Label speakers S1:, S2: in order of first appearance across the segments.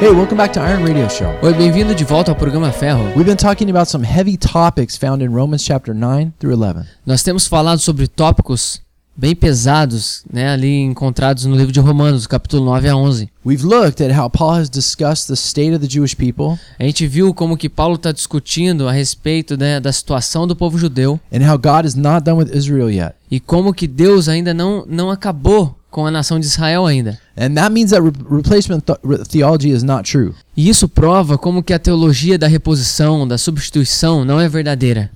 S1: Hey, welcome back to Iron Radio Show.
S2: Oi, bem-vindo de volta ao programa Ferro.
S1: We've been talking about some heavy topics found in Romans chapter 9 through 11.
S2: Nós temos falado sobre tópicos bem pesados, né, ali encontrados no livro de Romanos, capítulo 9 a 11.
S1: We've looked at how Paul has discussed the state of the Jewish people
S2: A gente viu como que Paulo está discutindo a respeito né, da situação do povo judeu
S1: and how God is not done with Israel yet.
S2: e como que Deus ainda não, não acabou com a nação de Israel ainda.
S1: And that means that re- replacement th- re- theology is not true.
S2: E isso prova como que a teologia da reposição, da substituição, não é verdadeira.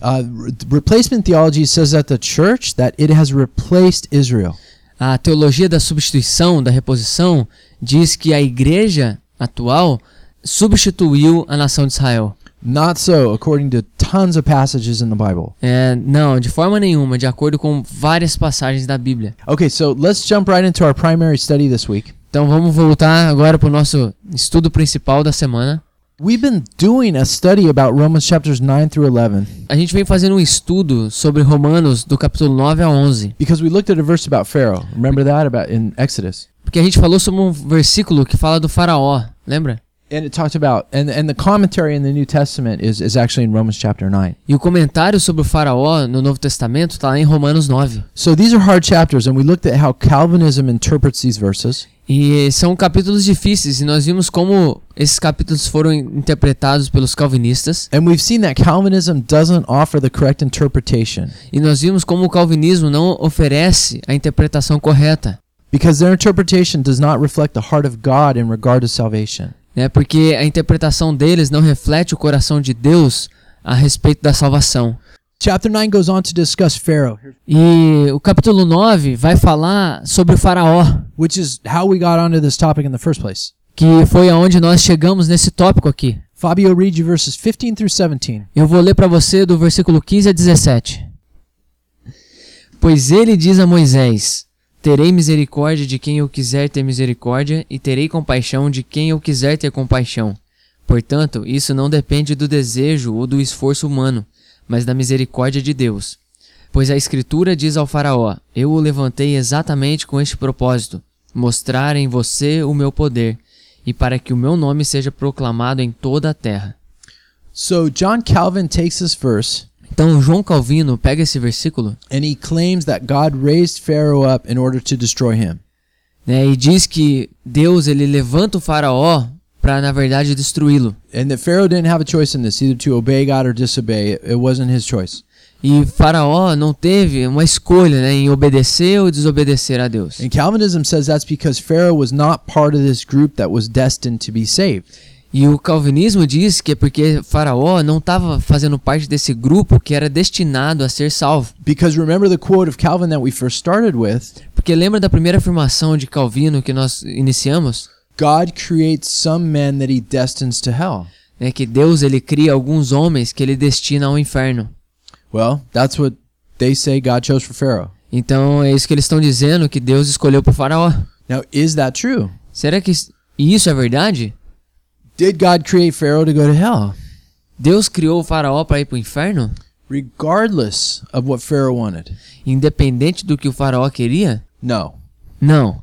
S1: Uh, re- replacement theology says that the church that it has replaced Israel.
S2: A teologia da substituição, da reposição, diz que a igreja atual substituiu a nação de Israel.
S1: Not so, according to tons of passages in the Bible.
S2: É, não, de forma nenhuma, de acordo com várias passagens da Bíblia.
S1: Okay, so let's jump right into our primary study this week.
S2: Então vamos voltar agora para o nosso estudo principal da semana.
S1: We've been doing a study about Romans chapters 9 through 11
S2: A gente vem fazendo um estudo sobre Romanos do capítulo 9 a 11,
S1: because we looked at a verse about Pharaoh. Remember that about in Exodus.
S2: porque a gente falou sobre um versículo que fala do faraó, lembra?
S1: And it talked about and and the commentary in the New Testament is is actually in Romans chapter 9.
S2: E o comentário sobre o faraó no Novo Testamento está lá em Romanos 9.
S1: So these are hard chapters and we looked at how Calvinism interprets these verses.
S2: E são capítulos difíceis e nós vimos como esses capítulos foram in- interpretados pelos calvinistas
S1: And we've seen that Calvinism doesn't offer the correct interpretation
S2: e nós vimos como o calvinismo não oferece a interpretação correta.
S1: because their interpretation does not reflect the heart of God in regard to salvation.
S2: né? Porque a interpretação deles não reflete o coração de Deus a respeito da salvação.
S1: Chapter 9 goes on to discuss Pharaoh,
S2: E o capítulo 9 vai falar sobre o faraó,
S1: which is how we got onto this topic in the first place.
S2: que foi aonde nós chegamos nesse tópico aqui.
S1: Fabio read you verses 15 through 17.
S2: Eu vou ler para você do versículo 15 a 17. Pois ele diz a Moisés: Terei misericórdia de quem eu quiser ter misericórdia, e terei compaixão de quem eu quiser ter compaixão. Portanto, isso não depende do desejo ou do esforço humano, mas da misericórdia de Deus. Pois a Escritura diz ao Faraó: Eu o levantei exatamente com este propósito: mostrar em você o meu poder, e para que o meu nome seja proclamado em toda a terra.
S1: So John Calvin takes this verse
S2: Então João Calvino pega esse versículo
S1: and he claims that God raised Pharaoh up in order to destroy him.
S2: né, e diz que Deus ele levanta o faraó para na verdade destruí-lo.
S1: And that Pharaoh didn't have a choice in this, either to obey God or disobey. It, it wasn't his choice.
S2: E faraó não teve uma escolha né, em obedecer ou desobedecer a Deus.
S1: And Calvinism says that's because Pharaoh was not part of this group that was destined to be saved.
S2: E o calvinismo diz que é porque faraó não estava fazendo parte desse grupo que era destinado a ser salvo.
S1: Because remember the quote of Calvin that we first started with
S2: Porque lembra da primeira afirmação de Calvino que nós iniciamos?
S1: God creates some men that he destines to hell.
S2: Né, que Deus ele cria alguns homens que ele destina ao inferno.
S1: Well, that's what they say God chose for Pharaoh.
S2: Então é isso que eles estão dizendo que Deus escolheu para faraó.
S1: Now, is that true?
S2: Será que is- isso é verdade?
S1: Did God create Pharaoh to go to hell?
S2: Deus criou o faraó para ir para o inferno?
S1: regardless of what Pharaoh wanted.
S2: Independente do que o faraó queria?
S1: No.
S2: Não.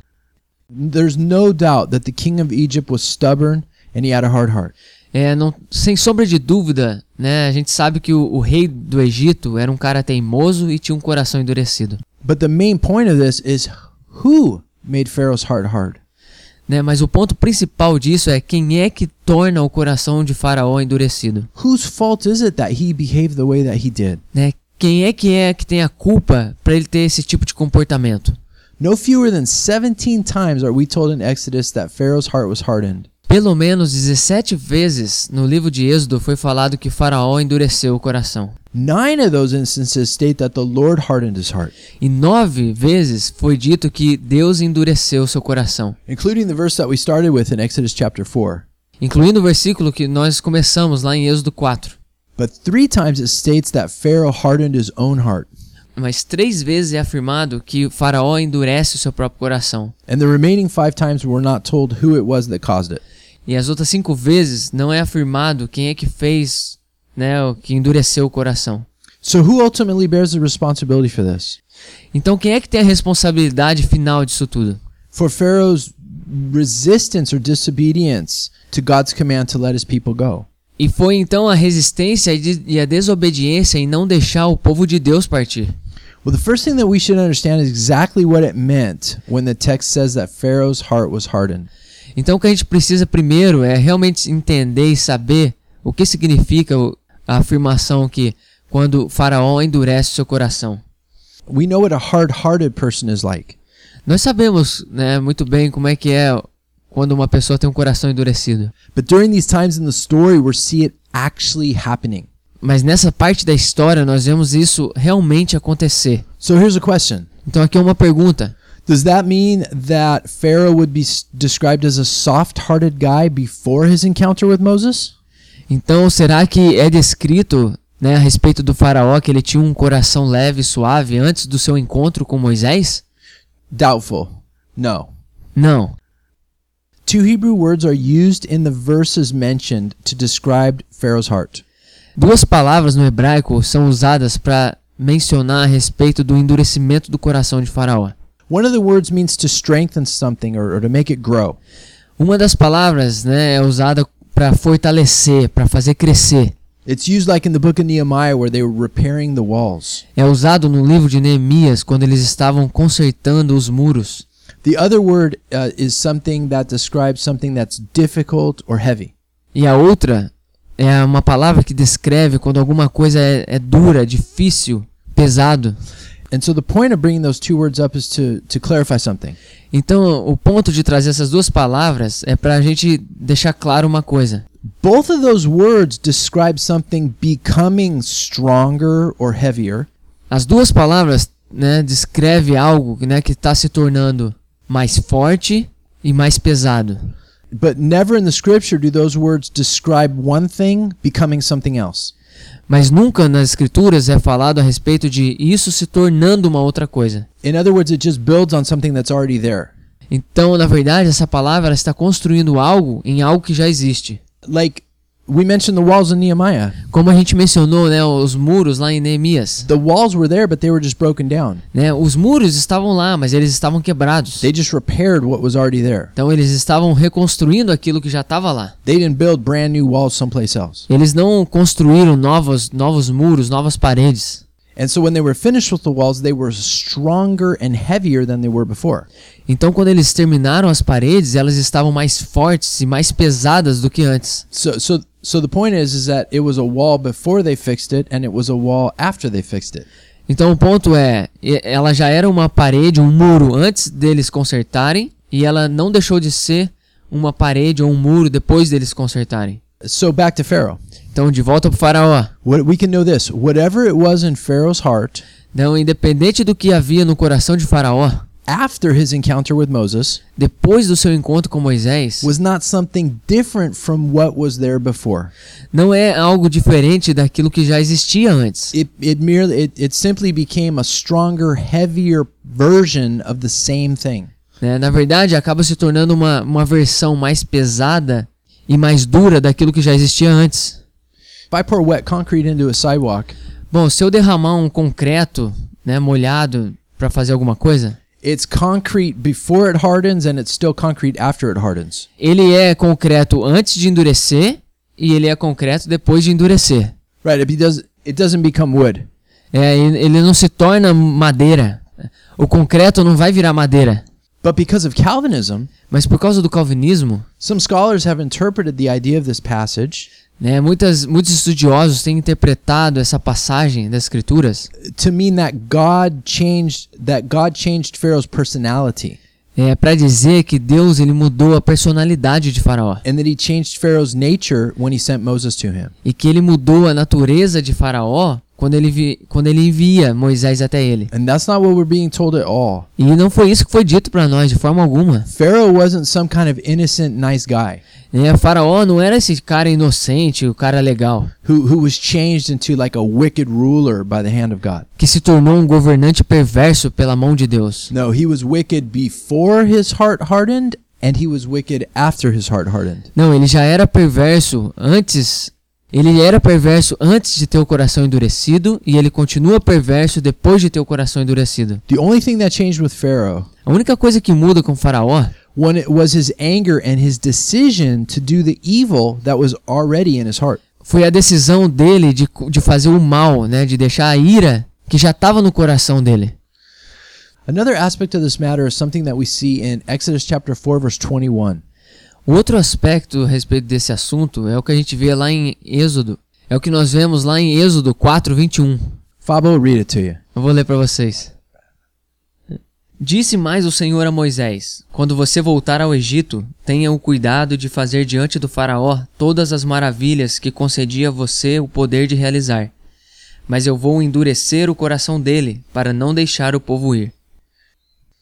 S1: There's no doubt that the king of Egypt was stubborn and he had a hard heart.
S2: É, não, sem sombra de dúvida, né? A gente sabe que o, o rei do Egito era um cara teimoso e tinha um coração endurecido.
S1: But the main point of this is who made Pharaoh's heart hard?
S2: Né? Mas o ponto principal disso é quem é que torna o coração de faraó endurecido?
S1: Whose fault is it that he behaved the way that he did?
S2: Né? Quem é que é que tem a culpa para ele ter esse tipo de comportamento?
S1: No fewer than 17 times are we told in Exodus that Pharaoh's heart was hardened.
S2: Pelo menos 17 vezes no livro de Êxodo foi falado que faraó endureceu o coração.
S1: Nine of those instances state that the Lord hardened his heart,
S2: E nove vezes foi dito que Deus endureceu seu coração,
S1: including the verse that we started with in Exodus chapter 4.
S2: incluindo o versículo que nós começamos lá em Êxodo 4.
S1: But three times it states that Pharaoh hardened his own heart.
S2: Mas três vezes é afirmado que o Faraó endurece o seu próprio coração.
S1: And the remaining five times we're not told who it was that caused it.
S2: E as outras cinco vezes não é afirmado quem é que fez, né, o que endureceu o coração.
S1: So who ultimately bears the responsibility for this?
S2: Então quem é que tem a responsabilidade final disso tudo?
S1: For Pharaoh's resistance or disobedience to God's command to let his people go.
S2: E foi então a resistência e de- e a desobediência em não deixar o povo de Deus partir.
S1: Well, the first thing that we should understand is exactly what it meant when the text says that Pharaoh's heart was hardened.
S2: Então o que a gente precisa primeiro é realmente entender e saber o que significa o- a afirmação que quando Faraó endurece seu coração.
S1: We know what a hard-hearted person is like.
S2: Nós sabemos, né, muito bem como é que é quando uma pessoa tem um coração endurecido.
S1: But during these times in the story, we see it actually happening.
S2: Mas nessa parte da história nós vemos isso realmente acontecer.
S1: So here's a question.
S2: Então aqui é uma pergunta.
S1: Does that mean that Pharaoh would be s- described as a soft-hearted guy before his encounter with Moses?
S2: Então será que é descrito, né, a respeito do faraó que ele tinha um coração leve e suave antes do seu encontro com Moisés?
S1: Doubtful. No.
S2: Não.
S1: Two Hebrew words are used in the verses mentioned to describe Pharaoh's heart.
S2: Duas palavras no hebraico são usadas para mencionar a respeito do endurecimento do coração de Faraó.
S1: One of the words means to strengthen something or, or to make it grow.
S2: Uma das palavras né, é usada para fortalecer, para fazer crescer.
S1: It's used like in the book of Nehemiah where they were repairing the walls.
S2: É usado no livro de Neemias quando eles estavam consertando os muros.
S1: The other word uh, is something that describes something that's difficult or heavy.
S2: E a outra é uma palavra que descreve quando alguma coisa é, é dura, difícil, pesado.
S1: And so the point of bringing those two words up is to, to clarify something.
S2: Então, o ponto de trazer essas duas palavras é para a gente deixar claro uma coisa.
S1: Both of those words describe something becoming stronger or heavier,
S2: As duas palavras né, descreve algo né, que está se tornando mais forte e mais pesado.
S1: but never in the scripture do those words describe one thing becoming something else.
S2: Mas nunca nas escrituras é falado a respeito de isso se tornando uma outra coisa.
S1: In other words, it just builds on something that's already there.
S2: Então, na verdade, essa palavra ela está construindo algo em algo que já existe.
S1: Like we mentioned the walls in Nehemiah.
S2: Como a gente mencionou, né, os muros lá em Neemias,
S1: The walls were there, but they were just broken down.
S2: né, os muros estavam lá, mas eles estavam quebrados.
S1: They just repaired what was already there.
S2: Então, eles estavam reconstruindo aquilo que já estava lá.
S1: They didn't build brand new walls someplace else.
S2: Eles não construíram novos, novos muros, novas paredes.
S1: And so when they were finished with the walls, they were stronger and heavier than they were before.
S2: Então, quando eles terminaram as paredes, elas estavam mais fortes e mais pesadas do que antes.
S1: So so so the point is is that it was a wall before they fixed it and it was a wall after they fixed it.
S2: Então, o ponto é: e- ela já era uma parede, um muro antes deles consertarem, e ela não deixou de ser uma parede ou um muro depois deles consertarem.
S1: So back to Pharaoh.
S2: Então, de volta para o Faraó.
S1: What we can know this, whatever it was in Pharaoh's heart
S2: Então, independente do que havia no coração de Faraó,
S1: after his encounter with Moses
S2: depois do seu encontro com Moisés,
S1: was not something different from what was there before.
S2: não é algo diferente daquilo que já existia antes.
S1: It it merely it, it simply became a stronger, heavier version of the same thing.
S2: né? Na verdade, acaba se tornando uma, uma versão mais pesada e mais dura daquilo que já existia antes.
S1: If I pour wet concrete into a sidewalk,
S2: Bom, se eu derramar um concreto né, molhado para fazer alguma coisa,
S1: it's concrete before it hardens and it's still concrete after it hardens.
S2: ele é concreto antes de endurecer e ele é concreto depois de endurecer.
S1: Right, it be- does it doesn't become wood.
S2: É, e- ele não se torna madeira. O concreto não vai virar madeira.
S1: But because of Calvinism,
S2: Mas por causa do calvinismo,
S1: some scholars have interpreted the idea of this passage
S2: né, muitas, muitos estudiosos têm interpretado essa passagem das escrituras
S1: to mean that God changed that God changed Pharaoh's personality
S2: é para dizer que Deus ele mudou a personalidade de Faraó
S1: and that he changed Pharaoh's nature when he sent Moses to him.
S2: e que ele mudou a natureza de Faraó quando ele vi, quando ele envia Moisés até ele.
S1: And that's not what we're being told at all.
S2: E não foi isso que foi dito para nós de forma alguma.
S1: Pharaoh wasn't some kind of innocent nice guy
S2: É, Faraó não era esse cara inocente, o cara legal,
S1: who who was changed into like a wicked ruler by the hand of God.
S2: que se tornou um governante perverso pela mão de Deus.
S1: No, he was wicked before his heart hardened and he was wicked after his heart hardened.
S2: Não, ele já era perverso antes. Ele era perverso antes de ter o coração endurecido e ele continua perverso depois de ter o coração endurecido.
S1: The only thing that changed with Pharaoh
S2: A única coisa que muda com Faraó
S1: when it was his anger and his decision to do the evil that was already in his heart.
S2: Foi a decisão dele de, cu- de fazer o mal, né? De deixar a ira que já estava no coração dele.
S1: Another aspect of this matter is something that we see in Exodus chapter 4 verse 21.
S2: O outro aspecto a respeito desse assunto é o que a gente vê lá em Êxodo. É o que nós vemos lá em Êxodo 4, 21.
S1: Fabo, read it to you.
S2: Eu vou ler para vocês. Disse mais o Senhor a Moisés: Quando você voltar ao Egito, tenha o cuidado de fazer diante do Faraó todas as maravilhas que concedi a você o poder de realizar. Mas eu vou endurecer o coração dele para não deixar o povo ir.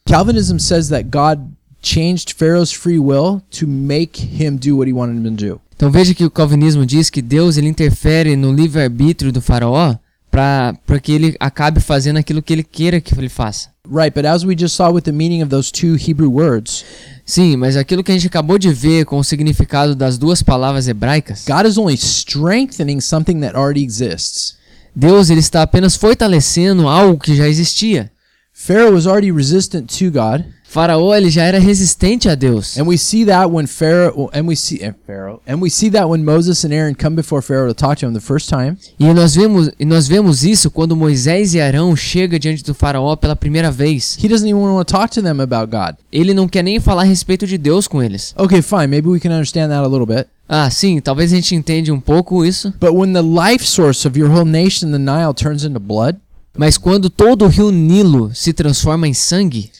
S1: Calvinism says that God changed Pharaoh's free will to make him do what he wanted him to do.
S2: Então veja que o calvinismo diz que Deus ele interfere no livre-arbítrio do faraó para que ele acabe fazendo aquilo que ele queira que ele faça.
S1: Right, but as we just saw with the meaning of those two Hebrew words,
S2: Sim, mas aquilo que a gente acabou de ver com o significado das duas palavras hebraicas,
S1: God is only strengthening something that already exists.
S2: Deus ele está apenas fortalecendo algo que já existia.
S1: Pharaoh was already resistant to God,
S2: Faraó ele já era resistente a Deus.
S1: and we see that when Pharaoh and we see and Pharaoh and we see that when Moses and Aaron come before Pharaoh to talk to him the first time,
S2: E nós vemos e nós vemos isso quando Moisés e Arão chegam diante do faraó pela primeira vez.
S1: he doesn't even want to talk to them about God.
S2: Ele não quer nem falar a respeito de Deus com eles.
S1: Okay, fine, maybe we can understand that a little bit.
S2: Ah, sim, talvez a gente entende um pouco isso.
S1: But when the life source of your whole nation, the Nile, turns into blood,
S2: Mas quando todo o rio Nilo se transforma em sangue,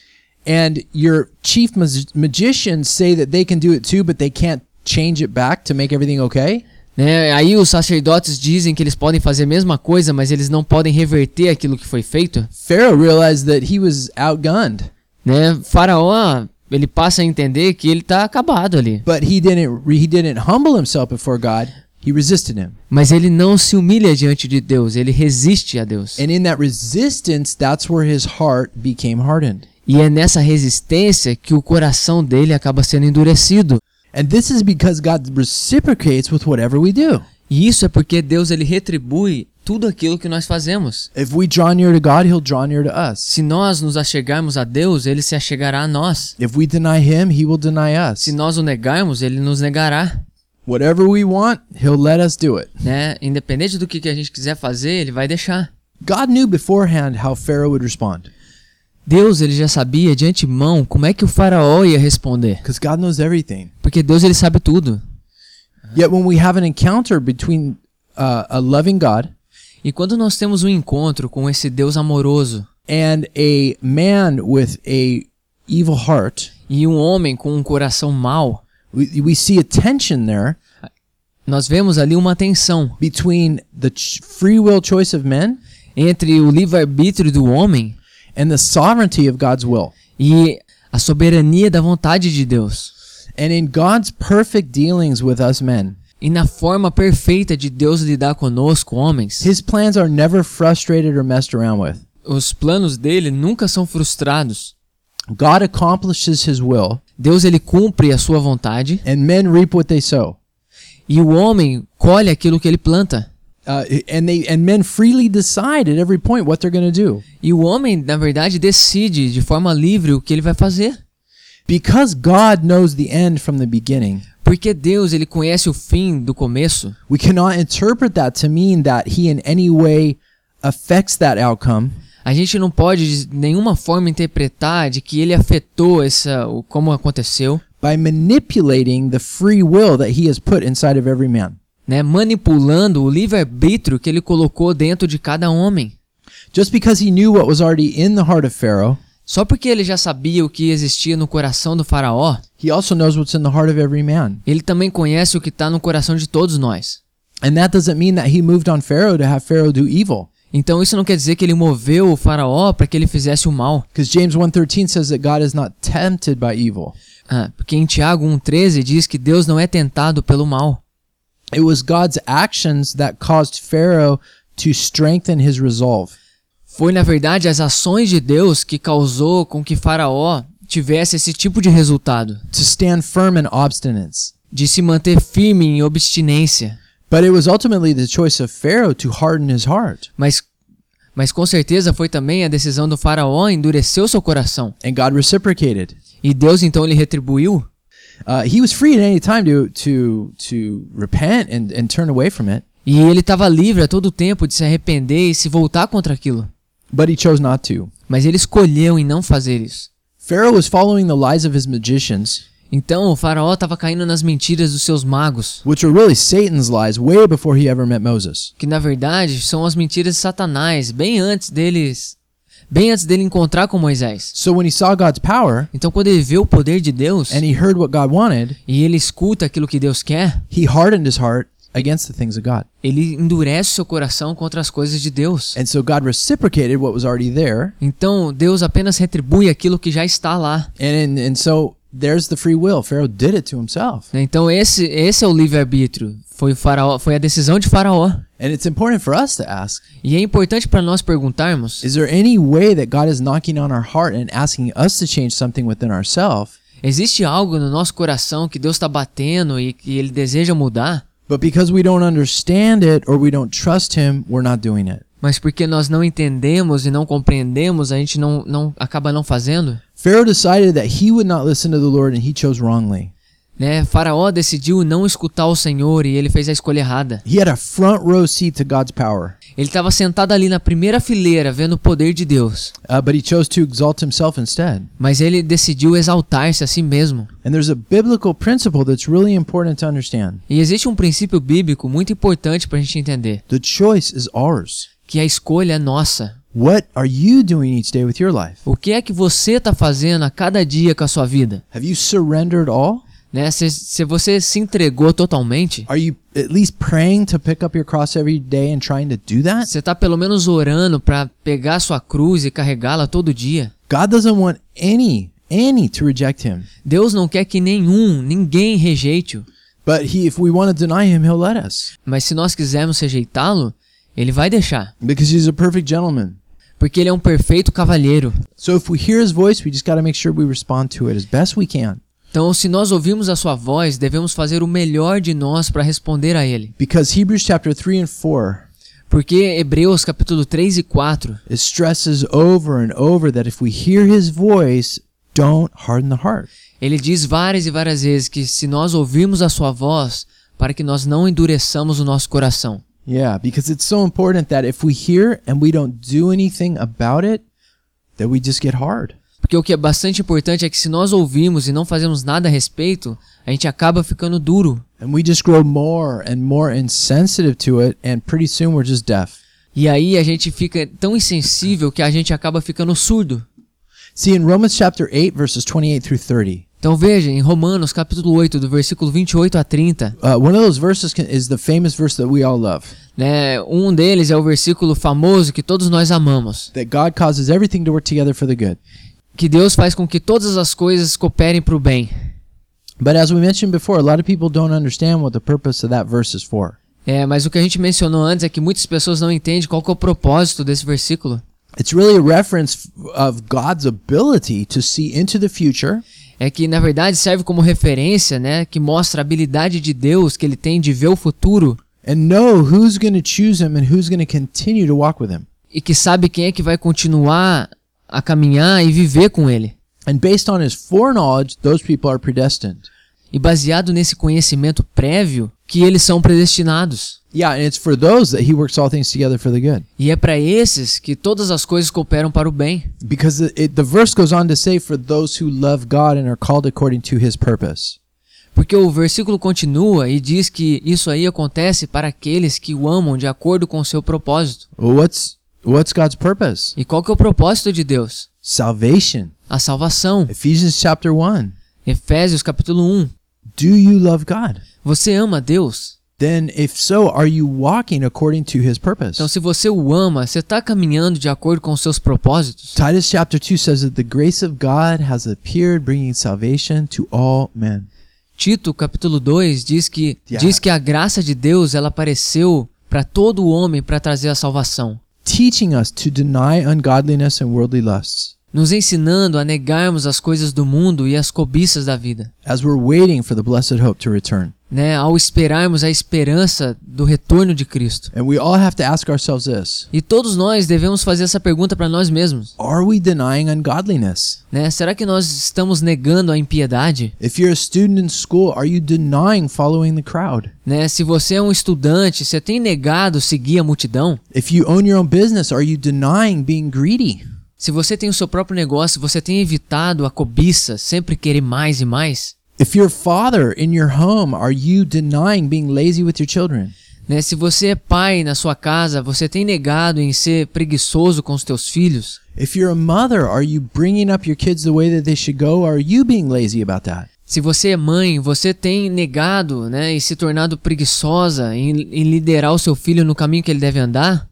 S1: and your chief mag- magicians say that they can do it too, but they can't change it back to make everything okay.
S2: né, aí os sacerdotes dizem que eles podem fazer a mesma coisa, mas eles não podem reverter aquilo que foi feito.
S1: Pharaoh realized that he was outgunned,
S2: Né? Faraó, ele passa a entender que ele está acabado ali.
S1: but he didn't. He didn't humble himself before God. He resisted him,
S2: Mas ele não se humilha diante de Deus, ele resiste a Deus.
S1: and in that resistance, that's where his heart became hardened.
S2: E é nessa resistência que o coração dele acaba sendo endurecido.
S1: And this is because God reciprocates with whatever we do.
S2: E isso é porque Deus ele retribui tudo aquilo que nós fazemos.
S1: If we draw near to God, He'll draw near to us.
S2: Se nós nos achegarmos a Deus, ele se achegará a nós.
S1: If we deny Him, He will deny us.
S2: Se nós o negarmos, ele nos negará.
S1: Whatever we want, He'll let us do it.
S2: Né? Independente do que, que a gente quiser fazer, ele vai deixar.
S1: God knew beforehand how Pharaoh would respond.
S2: Deus ele já sabia de antemão como é que o faraó ia responder.
S1: because God knows everything.
S2: Porque Deus ele sabe tudo.
S1: Yet when we have an encounter between uh, a loving God
S2: E quando nós temos um encontro com esse Deus amoroso
S1: and a man with a evil heart,
S2: e um homem com um coração mau,
S1: we, we see a tension there
S2: nós vemos ali uma tensão
S1: between the ch- free will choice of men
S2: entre o livre-arbítrio do homem
S1: and the sovereignty of God's will.
S2: e a soberania da vontade de Deus.
S1: And in God's perfect dealings with us men,
S2: E na forma perfeita de Deus lidar conosco, homens,
S1: his plans are never frustrated or messed around with.
S2: os planos dele nunca são frustrados.
S1: God accomplishes his will,
S2: Deus ele cumpre a sua vontade
S1: and men reap what they sow.
S2: e o homem colhe aquilo que ele planta.
S1: Uh, and they and men freely decide at every point what they're going to do.
S2: E o homem, na verdade, decide de forma livre o que ele vai fazer,
S1: Because God knows the end from the beginning,
S2: porque Deus ele conhece o fim do começo.
S1: we cannot interpret that to mean that He in any way affects that outcome
S2: A gente não pode de nenhuma forma interpretar de que ele afetou essa o como aconteceu,
S1: by manipulating the free will that He has put inside of every man.
S2: né, manipulando o livre-arbítrio que ele colocou dentro de cada homem.
S1: Just because He knew what was already in the heart of Pharaoh,
S2: Só porque ele já sabia o que existia no coração do faraó,
S1: He also knows what's in the heart of every man.
S2: ele também conhece o que está no coração de todos nós.
S1: And that doesn't mean that He moved on Pharaoh to have Pharaoh do evil.
S2: Então isso não quer dizer que ele moveu o faraó para que ele fizesse o mal.
S1: Because James 1.13 says that God is not tempted by evil.
S2: Ah, porque em Tiago 1,13 diz que Deus não é tentado pelo mal.
S1: It was God's actions that caused Pharaoh to strengthen his resolve.
S2: Foi, na verdade, as ações de Deus que causou com que Faraó tivesse esse tipo de resultado,
S1: to stand firm in obstinance.
S2: de se manter firme em obstinência.
S1: But it was ultimately the choice of Pharaoh to harden his heart,
S2: Mas, mas com certeza foi também a decisão do Faraó endurecer o seu coração.
S1: and God reciprocated.
S2: E Deus então ele retribuiu?
S1: Uh, he was free at any time to to to repent and, and turn away from it,
S2: E ele estava livre a todo tempo de se arrepender e se voltar contra aquilo.
S1: but he chose not to.
S2: Mas ele escolheu em não fazer isso.
S1: Pharaoh was following the lies of his magicians,
S2: Então o faraó estava caindo nas mentiras dos seus magos,
S1: which were really Satan's lies way before he ever met Moses.
S2: que na verdade são as mentiras de Satanás, bem antes deles, bem antes dele encontrar com Moisés.
S1: So when he saw God's power
S2: Então quando ele vê o poder de Deus
S1: and he heard what God wanted,
S2: e ele escuta aquilo que Deus quer,
S1: he hardened his heart against the things of God.
S2: ele endurece seu coração contra as coisas de Deus.
S1: And so God reciprocated what was already there.
S2: Então Deus apenas retribui aquilo que já está lá.
S1: And and, and so there's the free will. Pharaoh did it to himself.
S2: né? Então esse esse é o livre arbítrio. Foi o faraó, foi a decisão de faraó.
S1: And it's important for us to ask,
S2: E é importante para nós perguntarmos:
S1: is there any way that God is knocking on our heart and asking us to change something within ourselves?
S2: existe algo no nosso coração que Deus está batendo e que Ele deseja mudar,
S1: But because we don't understand it or we don't trust him, we're not doing it.
S2: mas porque nós não entendemos e não compreendemos, a gente não, não acaba não fazendo?
S1: Pharaoh decided that he would not listen to the Lord and he chose wrongly.
S2: Né? Faraó decidiu não escutar o Senhor e ele fez a escolha errada.
S1: He had a front row seat to God's power,
S2: Ele estava sentado ali na primeira fileira, vendo o poder de Deus,
S1: uh, but he chose to exalt himself instead.
S2: mas ele decidiu exaltar-se a si mesmo.
S1: And there's a biblical principle that's really important to understand.
S2: E existe um princípio bíblico muito importante para a gente entender,
S1: The choice is ours.
S2: que a escolha é nossa.
S1: What are you doing each day with your life?
S2: O que é que você está fazendo a cada dia com a sua vida?
S1: Have you surrendered all?
S2: Né? Se, se você se entregou totalmente,
S1: Are you at least praying to pick up your cross every day and trying to do that?
S2: você está pelo menos orando para pegar sua cruz e carregá-la todo dia.
S1: God doesn't want any, any to reject him.
S2: Deus não quer que nenhum, ninguém rejeite-o.
S1: But he, if we want to deny him, he'll let us
S2: Mas se nós quisermos rejeitá-lo, ele vai deixar.
S1: because he's a perfect gentleman.
S2: Porque ele é um perfeito cavalheiro.
S1: So if we hear his voice, we just got to make sure we respond to it as best we can
S2: Então, se nós ouvirmos a sua voz, devemos fazer o melhor de nós para responder a ele.
S1: because Hebrews chapter 3 and 4
S2: Porque Hebreus capítulo 3 e 4
S1: it stresses over and over that if we hear his voice, don't harden the heart.
S2: Ele diz várias e várias vezes que se nós ouvirmos a sua voz, para que nós não endureçamos o nosso coração.
S1: Yeah, because it's so important that if we hear and we don't do anything about it, that we just get hard.
S2: Porque o que é bastante importante é que se nós ouvirmos e não fazemos nada a respeito, a gente acaba ficando duro.
S1: And we just grow more and more insensitive to it, and pretty soon we're just deaf.
S2: E aí a gente fica tão insensível que a gente acaba ficando surdo.
S1: See, in Romans chapter 8, verses 28 through 30,
S2: Então veja, em Romanos capítulo 8, do versículo 28 a 30,
S1: uh, one of those verses can, is the famous verse that we all love
S2: né, um deles é o versículo famoso que todos nós amamos,
S1: that God causes everything to work together for the good.
S2: que Deus faz com que todas as coisas cooperem para o bem.
S1: But as we mentioned before, a lot of people don't understand what the purpose of that verse is for.
S2: É, mas o que a gente mencionou antes é que muitas pessoas não entendem qual que é o propósito desse versículo.
S1: It's really a reference f- of God's ability to see into the future
S2: É que na verdade serve como referência, né, que mostra a habilidade de Deus que ele tem de ver o futuro
S1: and know who's going to choose him and who's going to continue to walk with him.
S2: e que sabe quem é que vai continuar a caminhar e viver com ele.
S1: And based on his foreknowledge, those people are predestined.
S2: E baseado nesse conhecimento prévio que eles são predestinados.
S1: Yeah, and it's for those that he works all things together for the good.
S2: E é para esses que todas as coisas cooperam para o bem.
S1: Because it, it, the verse goes on to say, for those who love God and are called according to his purpose.
S2: Porque o versículo continua e diz que isso aí acontece para aqueles que o amam de acordo com o seu propósito.
S1: Well, what's, what's God's purpose?
S2: E qual que é o propósito de Deus?
S1: Salvation.
S2: A salvação.
S1: Ephesians chapter 1.
S2: Efésios capítulo 1.
S1: Do you love God?
S2: Você ama a Deus?
S1: Then, if so, are you walking according to his purpose?
S2: Então se você o ama, você está caminhando de acordo com os seus propósitos?
S1: Titus chapter 2 says that the grace of God has appeared, bringing salvation to all men.
S2: Tito capítulo 2 diz que
S1: Yeah.
S2: diz que a graça de Deus ela apareceu para todo homem para trazer a salvação,
S1: teaching us to deny ungodliness and worldly lusts,
S2: nos ensinando a negarmos as coisas do mundo e as cobiças da vida,
S1: as we're waiting for the blessed hope to return.
S2: né? Ao esperarmos a esperança do retorno de Cristo.
S1: And we all have to ask ourselves this
S2: E todos nós devemos fazer essa pergunta para nós mesmos,
S1: Are we denying ungodliness?
S2: né? Será que nós estamos negando a impiedade,
S1: If you're a student in school, are you denying following the crowd?
S2: né? Se você é um estudante, você tem negado seguir a multidão?
S1: If you own your own business, are you denying being greedy?
S2: Se você tem o seu próprio negócio, você tem evitado a cobiça, sempre querer mais e mais?
S1: If you're a father in your home, are you denying being lazy with your children?
S2: Né? Se você é pai na sua casa, você tem negado em ser preguiçoso com os teus filhos?
S1: If you're a mother, are you bringing up your kids the way that they should go? Are you being lazy about that?
S2: Se você é mãe, você tem negado né, e se tornado preguiçosa em, em liderar o seu filho no caminho que ele deve andar?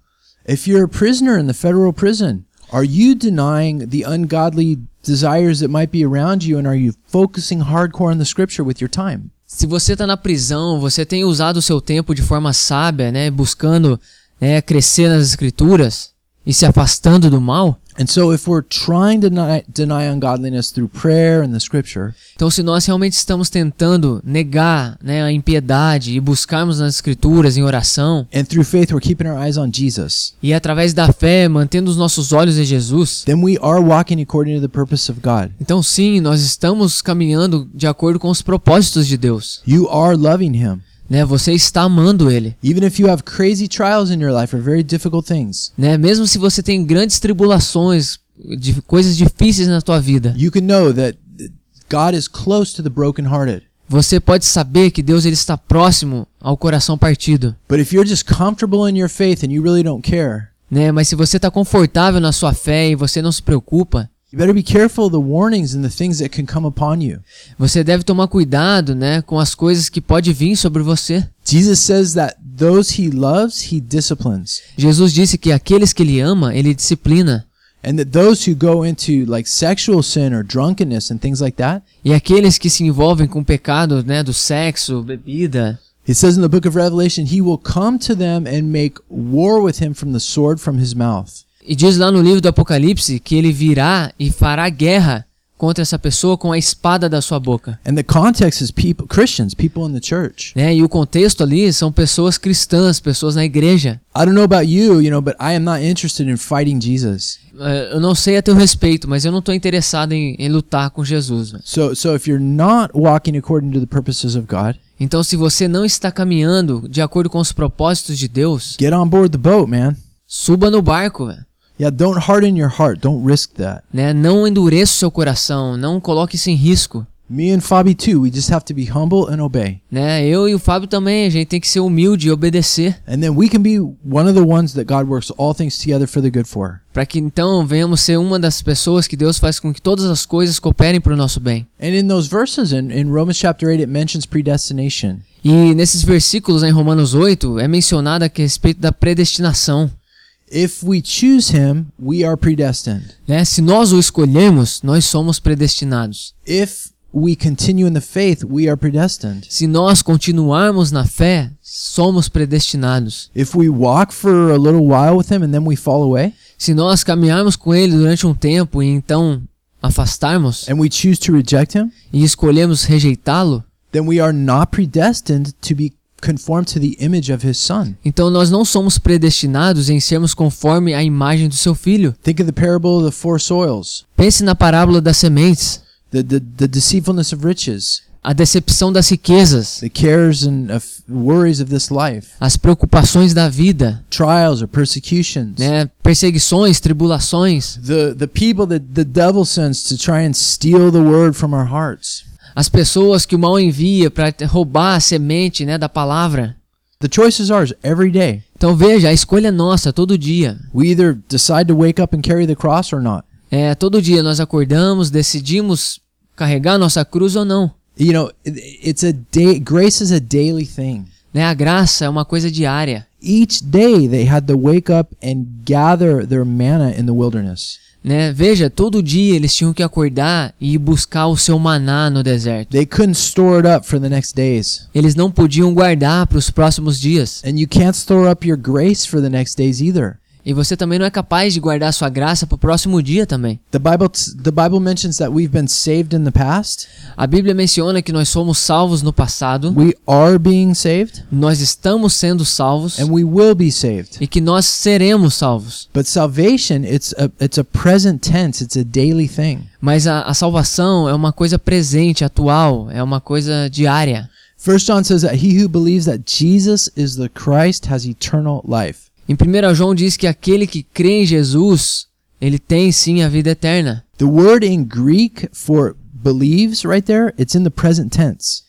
S1: If you're a prisoner in the federal prison, are you denying the ungodly desires that might be around you and are you focusing hardcore on the scripture with your time?
S2: Se você está na prisão, você tem usado o seu tempo de forma sábia, né, buscando né, crescer nas escrituras e se afastando do mal?
S1: And so if we're trying to deny, deny ungodliness through prayer and the scripture,
S2: Então, se nós realmente estamos tentando negar né, a impiedade e buscarmos nas escrituras em oração,
S1: and through faith we're keeping our eyes on Jesus,
S2: e é através da fé, mantendo os nossos olhos em Jesus,
S1: then we are walking according to the purpose of God.
S2: então sim, nós estamos caminhando de acordo com os propósitos de Deus,
S1: You are loving him.
S2: né? Você está amando ele,
S1: Even if you have crazy trials in your life or very difficult things,
S2: né? Mesmo se você tem grandes tribulações, de coisas difíceis na tua vida,
S1: you can know that God is close to the brokenhearted.
S2: você pode saber que Deus ele está próximo ao coração partido,
S1: But if you're just comfortable in your faith and you really don't care,
S2: né? Mas se você está confortável na sua fé e você não se preocupa,
S1: You better be careful of the warnings and the things that can come upon you.
S2: você deve tomar cuidado, né, com as coisas que pode vir sobre você.
S1: Jesus says that those he loves, he disciplines,
S2: Jesus disse que aqueles que ele ama, ele disciplina.
S1: and that those who go into like sexual sin or drunkenness and things like that,
S2: E aqueles que se envolvem com o pecado, né, do sexo, bebida,
S1: it says in the book of Revelation, he will come to them and make war with him from the sword from his mouth.
S2: e diz lá no livro do Apocalipse que ele virá e fará guerra contra essa pessoa com a espada da sua boca,
S1: And the context is people, Christians, people in the church.
S2: né? E o contexto ali são pessoas cristãs, pessoas na igreja.
S1: I don't know about you, you know, but I am not interested in fighting Jesus.
S2: Eh, Eu não sei a teu respeito, mas eu não estou interessado em, em lutar com Jesus. velho.
S1: So, so if you're not walking according to the purposes of God,
S2: Então, se você não está caminhando de acordo com os propósitos de Deus,
S1: get on board the boat, man.
S2: suba no barco, velho,
S1: Yeah, don't harden your heart. Don't risk that.
S2: né? Não endureça o seu coração, não coloque isso em risco.
S1: Me and Fabi too. We just have to be humble and obey,
S2: Né? Eu e o Fábio também, a gente tem que ser humilde e obedecer,
S1: and then we can be one of the ones that God works all things together for the good for.
S2: para que então venhamos ser uma das pessoas que Deus faz com que todas as coisas cooperem para o nosso bem.
S1: And in those verses, in, in Romans chapter eight, it mentions predestination,
S2: E nesses versículos em Romanos 8 é mencionado aqui a respeito da predestinação.
S1: if we choose Him, we are predestined.
S2: Né? Se nós o escolhemos, nós somos predestinados.
S1: If we continue in the faith, we are predestined.
S2: Se nós continuarmos na fé, somos predestinados.
S1: If we walk for a little while with Him and then we fall away,
S2: Se nós caminharmos com Ele durante um tempo e então afastarmos
S1: and we choose to reject Him,
S2: e escolhemos rejeitá-lo,
S1: then we are not predestined to be conformed to the image of His Son.
S2: Então nós não somos predestinados em sermos conforme a imagem do seu filho.
S1: Think of the parable of the four soils,
S2: Pense na parábola das sementes,
S1: the, the, the deceitfulness of riches,
S2: a decepção das riquezas,
S1: the cares and of worries of this life,
S2: as preocupações da vida,
S1: trials or persecutions.
S2: né? perseguições, tribulações,
S1: The, the people that the devil sends to try and steal the word from our hearts.
S2: as pessoas que o mal envia para roubar a semente né, da palavra.
S1: The choice is ours every day.
S2: Então veja, a escolha é nossa todo dia.
S1: We either decide to wake up and carry the cross or not.
S2: É, todo dia nós acordamos, decidimos carregar nossa cruz ou não.
S1: You know, it, it's a day, grace is a daily thing.
S2: Né? A graça é uma coisa diária.
S1: Each day they had to wake up and gather their manna in the wilderness.
S2: Né? Veja, todo dia eles tinham que acordar e ir buscar o seu maná no deserto.
S1: They couldn't store it up for the next days.
S2: Eles não podiam guardar para os próximos dias.
S1: And you can't store up your grace for the next days either.
S2: E você também não é capaz de guardar a sua graça para o próximo dia também.
S1: The Bible the Bible mentions that we've been saved in the past.
S2: A Bíblia menciona que nós somos salvos no passado,
S1: We are being saved
S2: nós estamos sendo salvos
S1: and we will be saved.
S2: e que nós seremos salvos.
S1: But salvation it's a it's a present tense, it's a daily thing.
S2: Mas a, a salvação é uma coisa presente, atual, é uma coisa diária.
S1: First John says that he who believes that Jesus is the Christ has eternal life.
S2: Em 1 João diz que aquele que crê em Jesus, ele tem sim a vida eterna.
S1: The word in Greek for believes right there, it's in the present tense.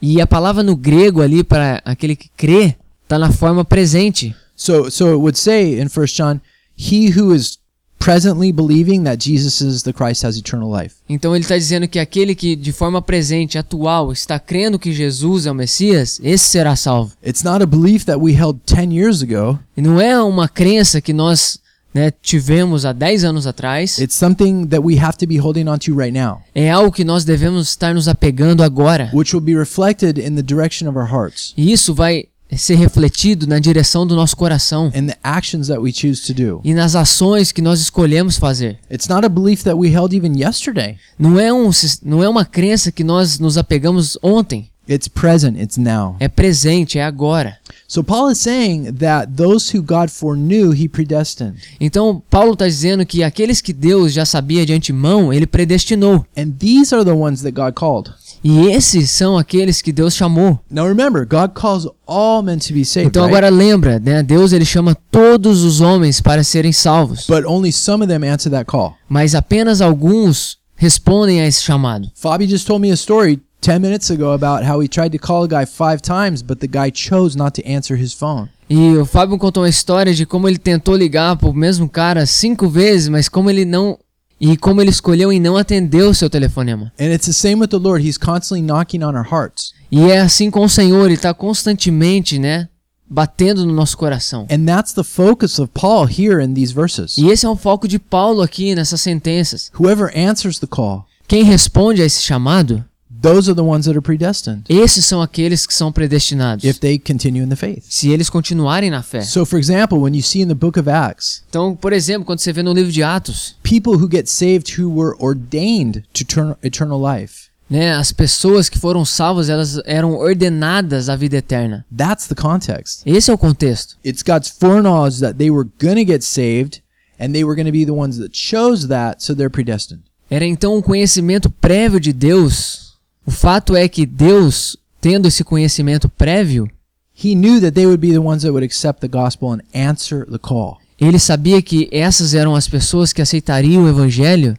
S2: E a palavra no grego ali para aquele que crê está na forma presente.
S1: So so it would say in First John, he who is presently believing that Jesus is the Christ has eternal life.
S2: Então ele está dizendo que aquele que de forma presente, atual, está crendo que Jesus é o Messias, esse será salvo.
S1: It's not a belief that we held 10 years ago.
S2: E não é uma crença que nós né, tivemos há 10 anos atrás,
S1: It's something that we have to be holding on to right now,
S2: é algo que nós devemos estar nos apegando agora.
S1: which will be reflected in the direction of our hearts
S2: E isso vai ser refletido na direção do nosso coração
S1: and the actions that we choose to do.
S2: e nas ações que nós escolhemos fazer.
S1: It's not a belief that we held even yesterday.
S2: Não é, um, sis- não é uma crença que nós nos apegamos ontem,
S1: It's present, it's now.
S2: é presente, é agora.
S1: So Paul is saying that those who God foreknew, he predestined.
S2: Então, Paulo está dizendo que aqueles que Deus já sabia de antemão, ele predestinou.
S1: And these are the ones that God called.
S2: E esses são aqueles que Deus chamou.
S1: Now remember, God calls all men to be saved,
S2: Então
S1: right?
S2: agora lembra, né? Deus ele chama todos os homens para serem salvos,
S1: but only some of them answer that call.
S2: mas apenas alguns respondem a esse chamado.
S1: Fabi just told me a story 10 minutes ago about how he tried to call a guy five times, but the guy chose not to answer his phone.
S2: E o Fábio contou uma história de como ele tentou ligar pro mesmo cara cinco vezes, mas como ele não e como ele escolheu e não atendeu o seu telefonema.
S1: And it's the same with the Lord. He's constantly knocking on our hearts.
S2: E é assim com o Senhor, ele tá constantemente, né, batendo no nosso coração.
S1: And that's the focus of Paul here in these verses.
S2: E esse é o foco de Paulo aqui nessas sentenças.
S1: Whoever answers the call,
S2: Quem responde a esse chamado,
S1: those are the ones that are predestined
S2: esses são aqueles que são predestinados.
S1: if they continue in the faith.
S2: Se eles continuarem na fé.
S1: So, for example, when you see in the book of Acts,
S2: Então, por exemplo, quando você vê no livro de Atos,
S1: people who get saved who were ordained to turn, eternal life,
S2: né, as pessoas que foram salvas, elas eram ordenadas à vida eterna.
S1: that's the context.
S2: Esse é o contexto.
S1: It's God's foreknowledge that they were going to get saved and they were going to be the ones that chose that, so they're predestined.
S2: Era então um conhecimento prévio de Deus. O fato é que Deus, tendo esse conhecimento prévio,
S1: He knew that they would be the ones that would accept the gospel and answer the call.
S2: ele sabia que essas eram as pessoas que aceitariam o evangelho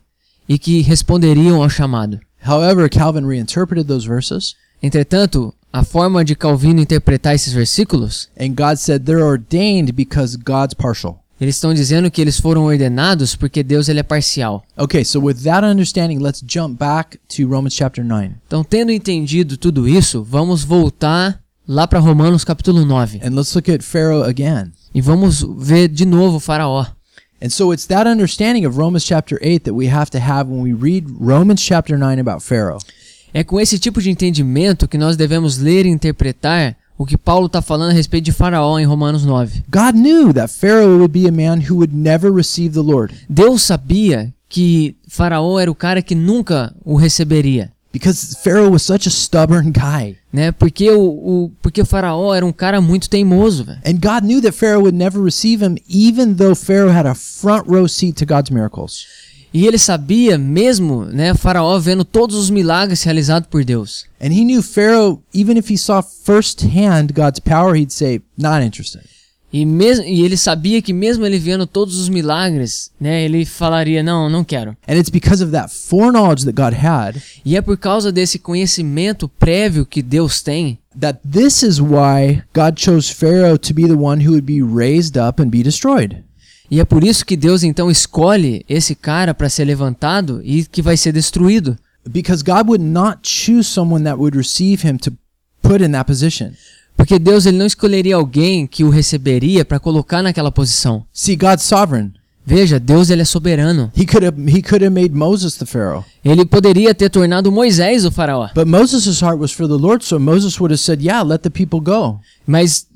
S2: e que responderiam ao chamado.
S1: However, Calvin reinterpreted those verses,
S2: Entretanto, a forma de Calvino interpretar esses versículos,
S1: and God said they're ordained because God's partial.
S2: eles estão dizendo que eles foram ordenados porque Deus ele é parcial.
S1: Okay, so with that understanding, let's jump back to Romans chapter 9
S2: Então, tendo entendido tudo isso, vamos voltar lá para Romanos capítulo 9
S1: and let's look at Pharaoh again.
S2: e vamos ver de novo o faraó.
S1: And so it's that understanding of Romans chapter 8 that we have to have when we read Romans chapter 9 about Pharaoh.
S2: É com esse tipo de entendimento que nós devemos ler e interpretar o que Paulo está falando a respeito de Faraó em Romanos 9.
S1: God knew that Pharaoh would be a man who would never receive the Lord
S2: Deus sabia que Faraó era o cara que nunca o receberia,
S1: because Pharaoh was such a stubborn guy.
S2: né? Porque o, o porque o Faraó era um cara muito teimoso, velho.
S1: And God knew that Pharaoh would never receive him, even though Pharaoh had a front row seat to God's miracles.
S2: E ele sabia mesmo, né, Faraó vendo todos os milagres realizados por Deus.
S1: And he knew Pharaoh, even if he saw firsthand God's power, he'd say, not interested.
S2: E, mesmo, e ele sabia que mesmo ele vendo todos os milagres, né, ele falaria não, não quero.
S1: And it's because of that foreknowledge that God had
S2: E é por causa desse conhecimento prévio que Deus tem
S1: that this is why God chose Pharaoh to be the one who would be raised up and be destroyed.
S2: E é por isso que Deus então escolhe esse cara para ser levantado e que vai ser destruído.
S1: Because God would not choose someone that would receive him to put in that position.
S2: Porque Deus ele não escolheria alguém que o receberia para colocar naquela posição.
S1: See, God's sovereign.
S2: Veja, Deus ele é soberano.
S1: He could have he could have made Moses the Pharaoh.
S2: Ele poderia ter tornado Moisés o faraó,
S1: But Moses' heart was for the Lord, so Moses would have said, Yeah, let the people go.
S2: mas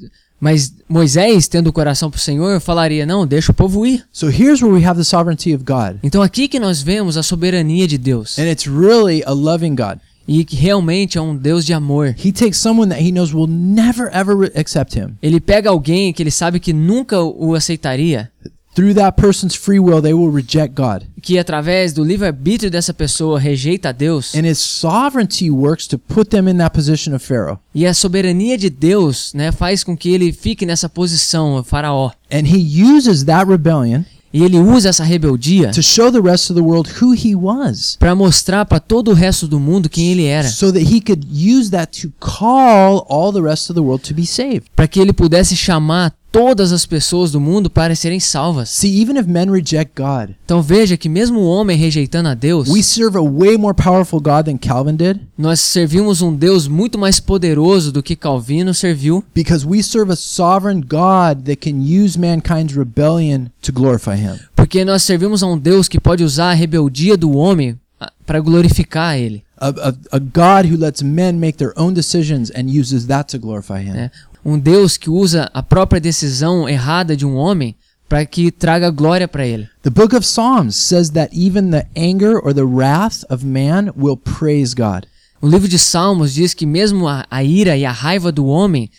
S2: Mas Moisés, tendo o coração para o Senhor, falaria: não, deixa o povo ir.
S1: So here's where we have the sovereignty of God.
S2: Então aqui que nós vemos a soberania de Deus
S1: And it's really a loving God.
S2: e que realmente é um Deus de amor.
S1: He takes someone that he knows will never ever re- accept him.
S2: Ele pega alguém que ele sabe que nunca o aceitaria,
S1: Through that person's free will, they will reject God.
S2: que através do livre-arbítrio dessa pessoa rejeita a Deus,
S1: And his sovereignty works to put them in that position of Pharaoh.
S2: e a soberania de Deus, né, faz com que ele fique nessa posição, o faraó.
S1: And he uses that rebellion
S2: E ele usa essa rebeldia
S1: to show the rest of the world who he was.
S2: para mostrar para todo o resto do mundo quem ele era,
S1: So that he could use that to call all the rest of the world to be saved.
S2: para que ele pudesse chamar todas as pessoas do mundo para serem salvas.
S1: See, even if men reject God,
S2: Então veja que mesmo o homem rejeitando a Deus,
S1: we serve a way more powerful God than Calvin did
S2: nós servimos um Deus muito mais poderoso do que Calvino serviu,
S1: because we serve a sovereign God that can use mankind's rebellion to glorify him.
S2: porque nós servimos a um Deus que pode usar a rebeldia do homem para glorificar ele.
S1: A, a, a God who lets men make their own decisions and uses that to glorify him.
S2: né? Um Deus que usa a própria decisão errada de um homem para que traga glória para ele.
S1: The book of Psalms says that even the anger or the wrath of man will praise God.
S2: O livro de Salmos diz que mesmo a, a ira e a raiva do homem,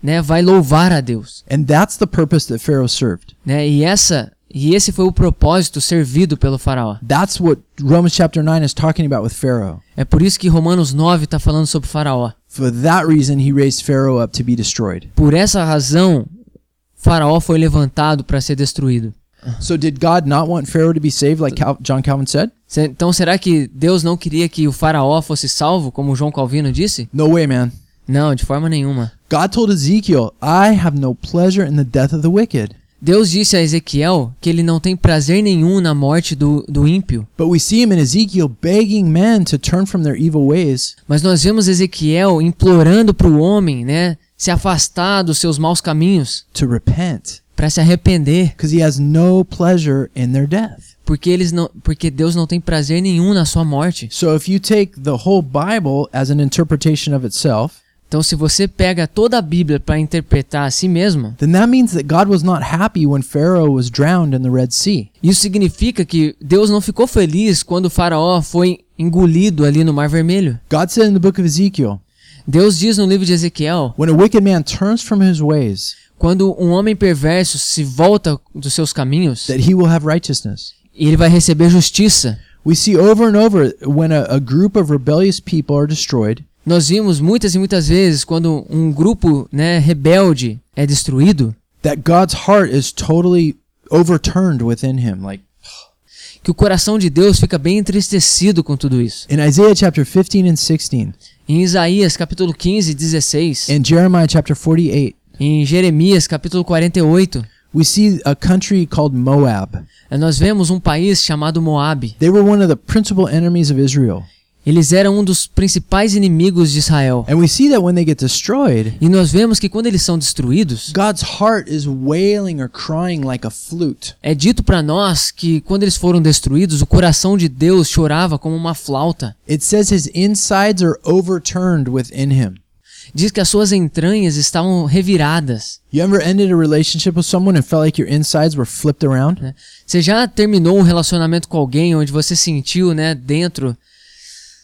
S2: né, vai louvar a Deus,
S1: And that's the purpose that Pharaoh served.
S2: né? E essa e esse foi o propósito servido pelo faraó.
S1: That's what Romans chapter 9 is talking about with Pharaoh.
S2: É por isso que Romanos 9 está falando sobre o faraó.
S1: For that reason, he raised Pharaoh up to be destroyed.
S2: Por essa razão, faraó foi levantado para ser destruído.
S1: So, did God not want Pharaoh to be saved, like Cal- John Calvin said?
S2: Se- Então será que Deus não queria que o faraó fosse salvo, como João Calvino disse?
S1: No way, man.
S2: Não, de forma nenhuma.
S1: God told Ezekiel, I have no pleasure in the death of the wicked.
S2: Deus disse a Ezequiel que ele não tem prazer nenhum na morte do, do ímpio.
S1: But we see him in Ezekiel begging men to turn from their evil ways.
S2: Mas nós vemos Ezequiel implorando para o homem, né, se afastar dos seus maus caminhos,
S1: to repent
S2: para se arrepender,
S1: because he has no pleasure in their death.
S2: porque eles não, porque Deus não tem prazer nenhum na sua morte.
S1: So if you take the whole Bible as an interpretation of itself,
S2: Então, se você pega toda a Bíblia para interpretar a si mesmo,
S1: then that means that God was not happy when Pharaoh was drowned in the Red Sea.
S2: isso significa que Deus não ficou feliz quando o faraó foi engolido ali no Mar Vermelho.
S1: God said in the book of Ezekiel,
S2: Deus diz no livro de Ezequiel,
S1: when a wicked man turns from his ways,
S2: quando um homem perverso se volta dos seus caminhos,
S1: that he will have righteousness.
S2: ele vai receber justiça.
S1: We see over and over when a, a group of rebellious people are destroyed,
S2: Nós vimos muitas e muitas vezes quando um grupo né, rebelde é destruído,
S1: that God's heart is totally overturned within him. Like
S2: que o coração de Deus fica bem entristecido com tudo isso.
S1: in Isaiah chapter 15 and 16,
S2: Em Isaías capítulo 15, 16,
S1: in Jeremiah chapter 48,
S2: em Jeremias capítulo 48,
S1: we see a country called Moab.
S2: eh, nós vemos um país chamado Moabe.
S1: They were one of the principal enemies of Israel.
S2: Eles eram um dos principais inimigos de Israel.
S1: And we see that when they get destroyed,
S2: E nós vemos que quando eles são destruídos,
S1: God's heart is wailing or crying like a flute.
S2: é dito para nós que quando eles foram destruídos, o coração de Deus chorava como uma flauta.
S1: It says his insides are overturned within him.
S2: Diz que as suas entranhas estavam reviradas.
S1: You ever ended a relationship with someone and felt like your insides were flipped around?
S2: né? Você já terminou um relacionamento com alguém onde você sentiu, né, dentro,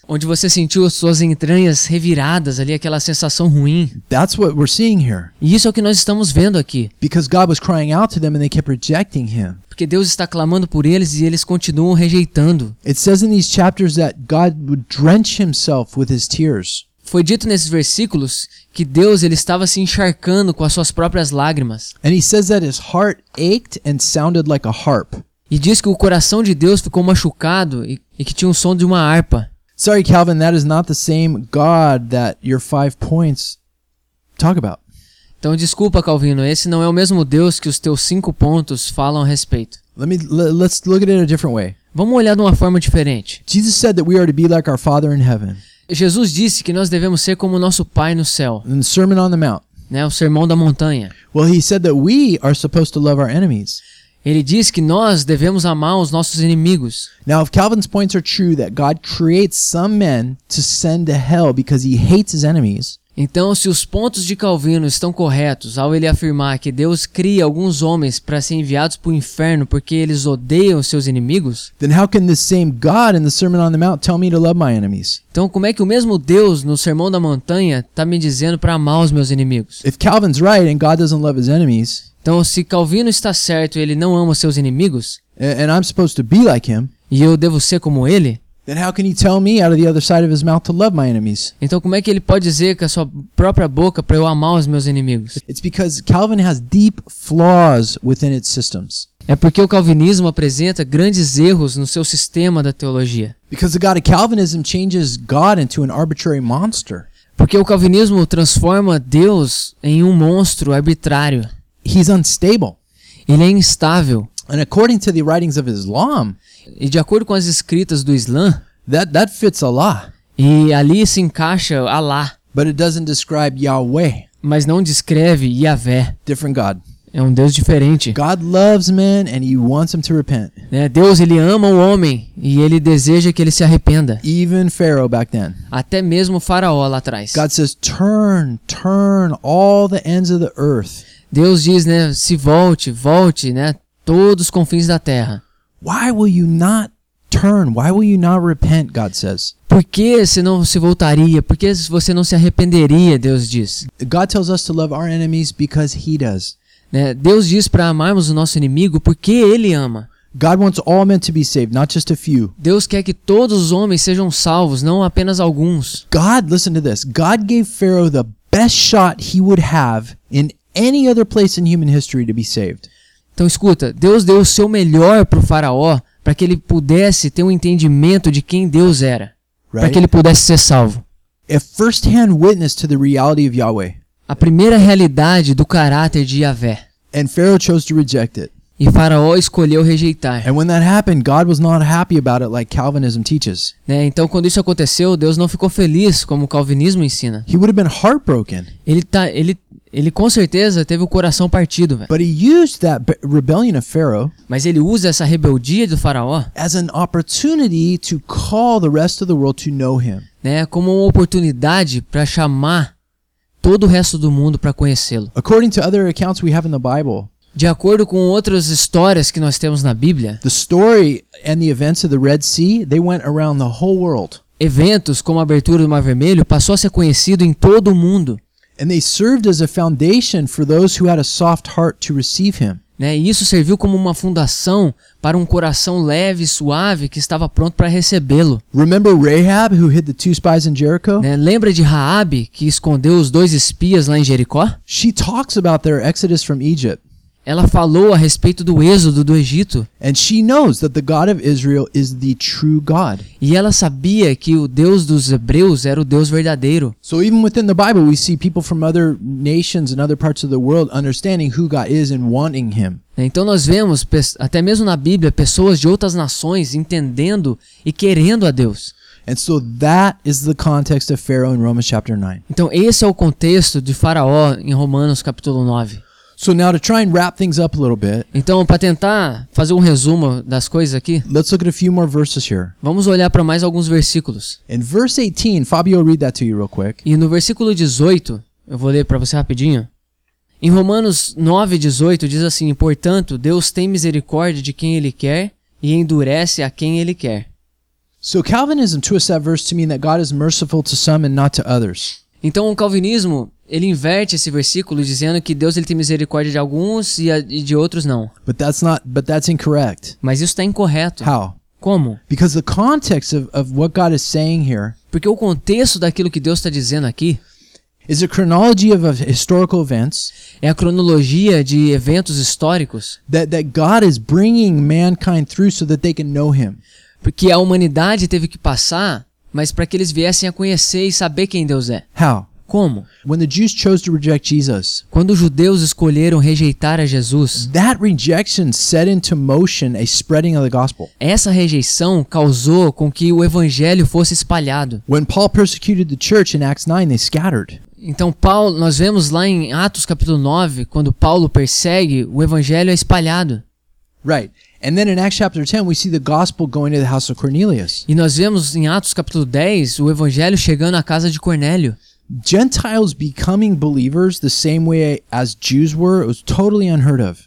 S2: onde você sentiu as suas entranhas reviradas ali, aquela sensação ruim?
S1: That's what we're seeing here.
S2: E isso é o que nós estamos vendo aqui,
S1: Because God was crying out to them and they kept rejecting him.
S2: porque Deus está clamando por eles e eles continuam rejeitando.
S1: It says in these chapters that God would drench himself with his tears.
S2: Foi dito nesses versículos que Deus ele estava se encharcando com as suas próprias lágrimas.
S1: And he says that his heart ached and sounded like a harp.
S2: E diz que o coração de Deus ficou machucado e, e que tinha um som de uma harpa.
S1: Sorry, Calvin, that is not the same God that your five points talk about.
S2: Então desculpa, Calvino, esse não é o mesmo Deus que os teus cinco pontos falam a respeito.
S1: Let me le- let's look at it a different way.
S2: Vamos olhar de uma forma diferente.
S1: Jesus said that we are to be like our Father in heaven.
S2: Jesus disse que nós devemos ser como nosso Pai no céu,
S1: In the Sermon on the Mount.
S2: né? O Sermão da Montanha.
S1: Well, he said that we are supposed to love our enemies.
S2: Ele diz que nós devemos amar os nossos inimigos.
S1: Now, if Calvin's points are true that God creates some men to send to hell because he hates his enemies,
S2: Então, se os pontos de Calvino estão corretos ao ele afirmar que Deus cria alguns homens para serem enviados para o inferno porque eles odeiam seus inimigos,
S1: then how can this same God in the Sermon on the Mount tell me to love my enemies?
S2: então como é que o mesmo Deus no Sermão da Montanha está me dizendo para amar os meus inimigos?
S1: If Calvin's right and God doesn't love his enemies,
S2: Então, se Calvino está certo e ele não ama os seus inimigos,
S1: a- and I'm supposed to be like him,
S2: e eu devo ser como ele,
S1: then how can he tell me out of the other side of his mouth to love my enemies?
S2: então como é que ele pode dizer com a sua própria boca para eu amar os meus inimigos?
S1: It's because Calvin has deep flaws within its systems.
S2: É porque o calvinismo apresenta grandes erros no seu sistema da teologia.
S1: Because the God of Calvinism changes God into an arbitrary monster.
S2: Porque o calvinismo transforma Deus em um monstro arbitrário.
S1: He's unstable.
S2: Ele é instável.
S1: And according to the writings of Islam,
S2: E de acordo com as escritas do Islã,
S1: that, that fits Allah,
S2: e ali se encaixa Alá,
S1: but it doesn't describe Yahweh,
S2: mas não descreve Yahvé.
S1: different God.
S2: É um Deus diferente.
S1: God loves men and he wants them to repent.
S2: né? Deus ele ama o homem e ele deseja que ele se arrependa.
S1: Even Pharaoh back then.
S2: Até mesmo o faraó lá atrás.
S1: God says, Turn, turn all the ends of the earth.
S2: Deus diz, né? Se volte, volte, né? Todos os confins da terra.
S1: Why will you not turn? Why will you not repent? God says.
S2: Por que você não se voltaria? Por que você não se arrependeria? Deus diz.
S1: God tells us to love our enemies because he does.
S2: né? Deus diz para amarmos o nosso inimigo porque ele ama.
S1: God wants all men to be saved, not just a few.
S2: Deus quer que todos os homens sejam salvos, não apenas alguns.
S1: God, listen to this. God gave Pharaoh the best shot he would have in any other place in human history to be saved.
S2: Então escuta, Deus deu o seu melhor para o faraó para que ele pudesse ter um entendimento de quem Deus era, para
S1: Right?
S2: que ele pudesse ser salvo.
S1: A firsthand witness to the reality of Yahweh.
S2: A primeira realidade do caráter de Yahvé.
S1: And Pharaoh chose to reject it.
S2: E faraó escolheu rejeitar.
S1: And when that happened, God was not happy about it like Calvinism teaches.
S2: né? Então quando isso aconteceu, Deus não ficou feliz como o calvinismo ensina.
S1: He would have been heartbroken,
S2: Ele tá, ele, ele com certeza teve o coração partido, velho.
S1: but he used that b- rebellion of Pharaoh
S2: Mas ele usa essa rebeldia do faraó,
S1: as an opportunity to call the rest of the world to know him.
S2: né, como uma oportunidade para chamar todo o resto do mundo para conhecê-lo.
S1: According to other accounts we have in the Bible,
S2: De acordo com outras histórias que nós temos na Bíblia,
S1: the story and the events of the Red Sea, they went around the whole world.
S2: eventos como a abertura do Mar Vermelho passou a ser conhecido em todo o mundo,
S1: And they served as a foundation for those who had a soft heart to receive him.
S2: né? E isso serviu como uma fundação para um coração leve e suave que estava pronto para recebê-lo,
S1: Remember Rahab, who hid the two spies in Jericho?
S2: né? Lembra de Raabe que escondeu os dois espias lá em Jericó?
S1: She talks about their exodus from Egypt.
S2: Ela falou a respeito do êxodo do Egito
S1: And she knows that the God of Israel is the true God.
S2: e ela sabia que o Deus dos hebreus era o Deus verdadeiro.
S1: So even within the Bible, we see people from other nations and other parts of the world understanding who God is and wanting him.
S2: Então nós vemos, pes- até mesmo na Bíblia, pessoas de outras nações entendendo e querendo a Deus.
S1: And so that is the context of Pharaoh in Romans chapter 9.
S2: Então esse é o contexto de Faraó em Romanos capítulo 9.
S1: So now to try and wrap things up a little bit,
S2: Então, para tentar fazer um resumo das coisas aqui,
S1: let's look at a few more verses here.
S2: vamos olhar para mais alguns versículos.
S1: In verse 18, Fabio, read that to you real quick.
S2: E no versículo 18, eu vou ler para você rapidinho. Em Romanos 9, 18 diz assim: Portanto, Deus tem misericórdia de quem Ele quer e endurece a quem Ele quer.
S1: So Calvinism twists that verse to mean that God is merciful to some and not to others.
S2: Então o calvinismo, ele inverte esse versículo dizendo que Deus ele tem misericórdia de alguns e, a- e de outros não.
S1: But that's not but that's incorrect.
S2: Mas isso está incorreto.
S1: How?
S2: Como?
S1: Because the context of, of what God is saying here
S2: Porque o contexto daquilo que Deus está dizendo aqui
S1: is a chronology of, of historical events
S2: é a cronologia de eventos históricos
S1: that, that God is bringing mankind through so that they can know him.
S2: que a humanidade teve que passar, mas para que eles viessem a conhecer e saber quem Deus é.
S1: How?
S2: Como?
S1: When the Jews chose to reject Jesus,
S2: Quando os judeus escolheram rejeitar a Jesus,
S1: that rejection set into motion a spreading of the gospel.
S2: essa rejeição causou com que o evangelho fosse espalhado.
S1: When Paul persecuted the church in Acts 9, they scattered.
S2: Então Paulo, nós vemos lá em Atos capítulo 9, quando Paulo persegue, o evangelho é espalhado.
S1: Right. And then in Acts chapter 10, we see the gospel going to the house of Cornelius.
S2: E nós vemos em Atos capítulo 10 o evangelho chegando à casa de Cornélio.
S1: Gentiles becoming believers the same way as Jews were, it was totally unheard of.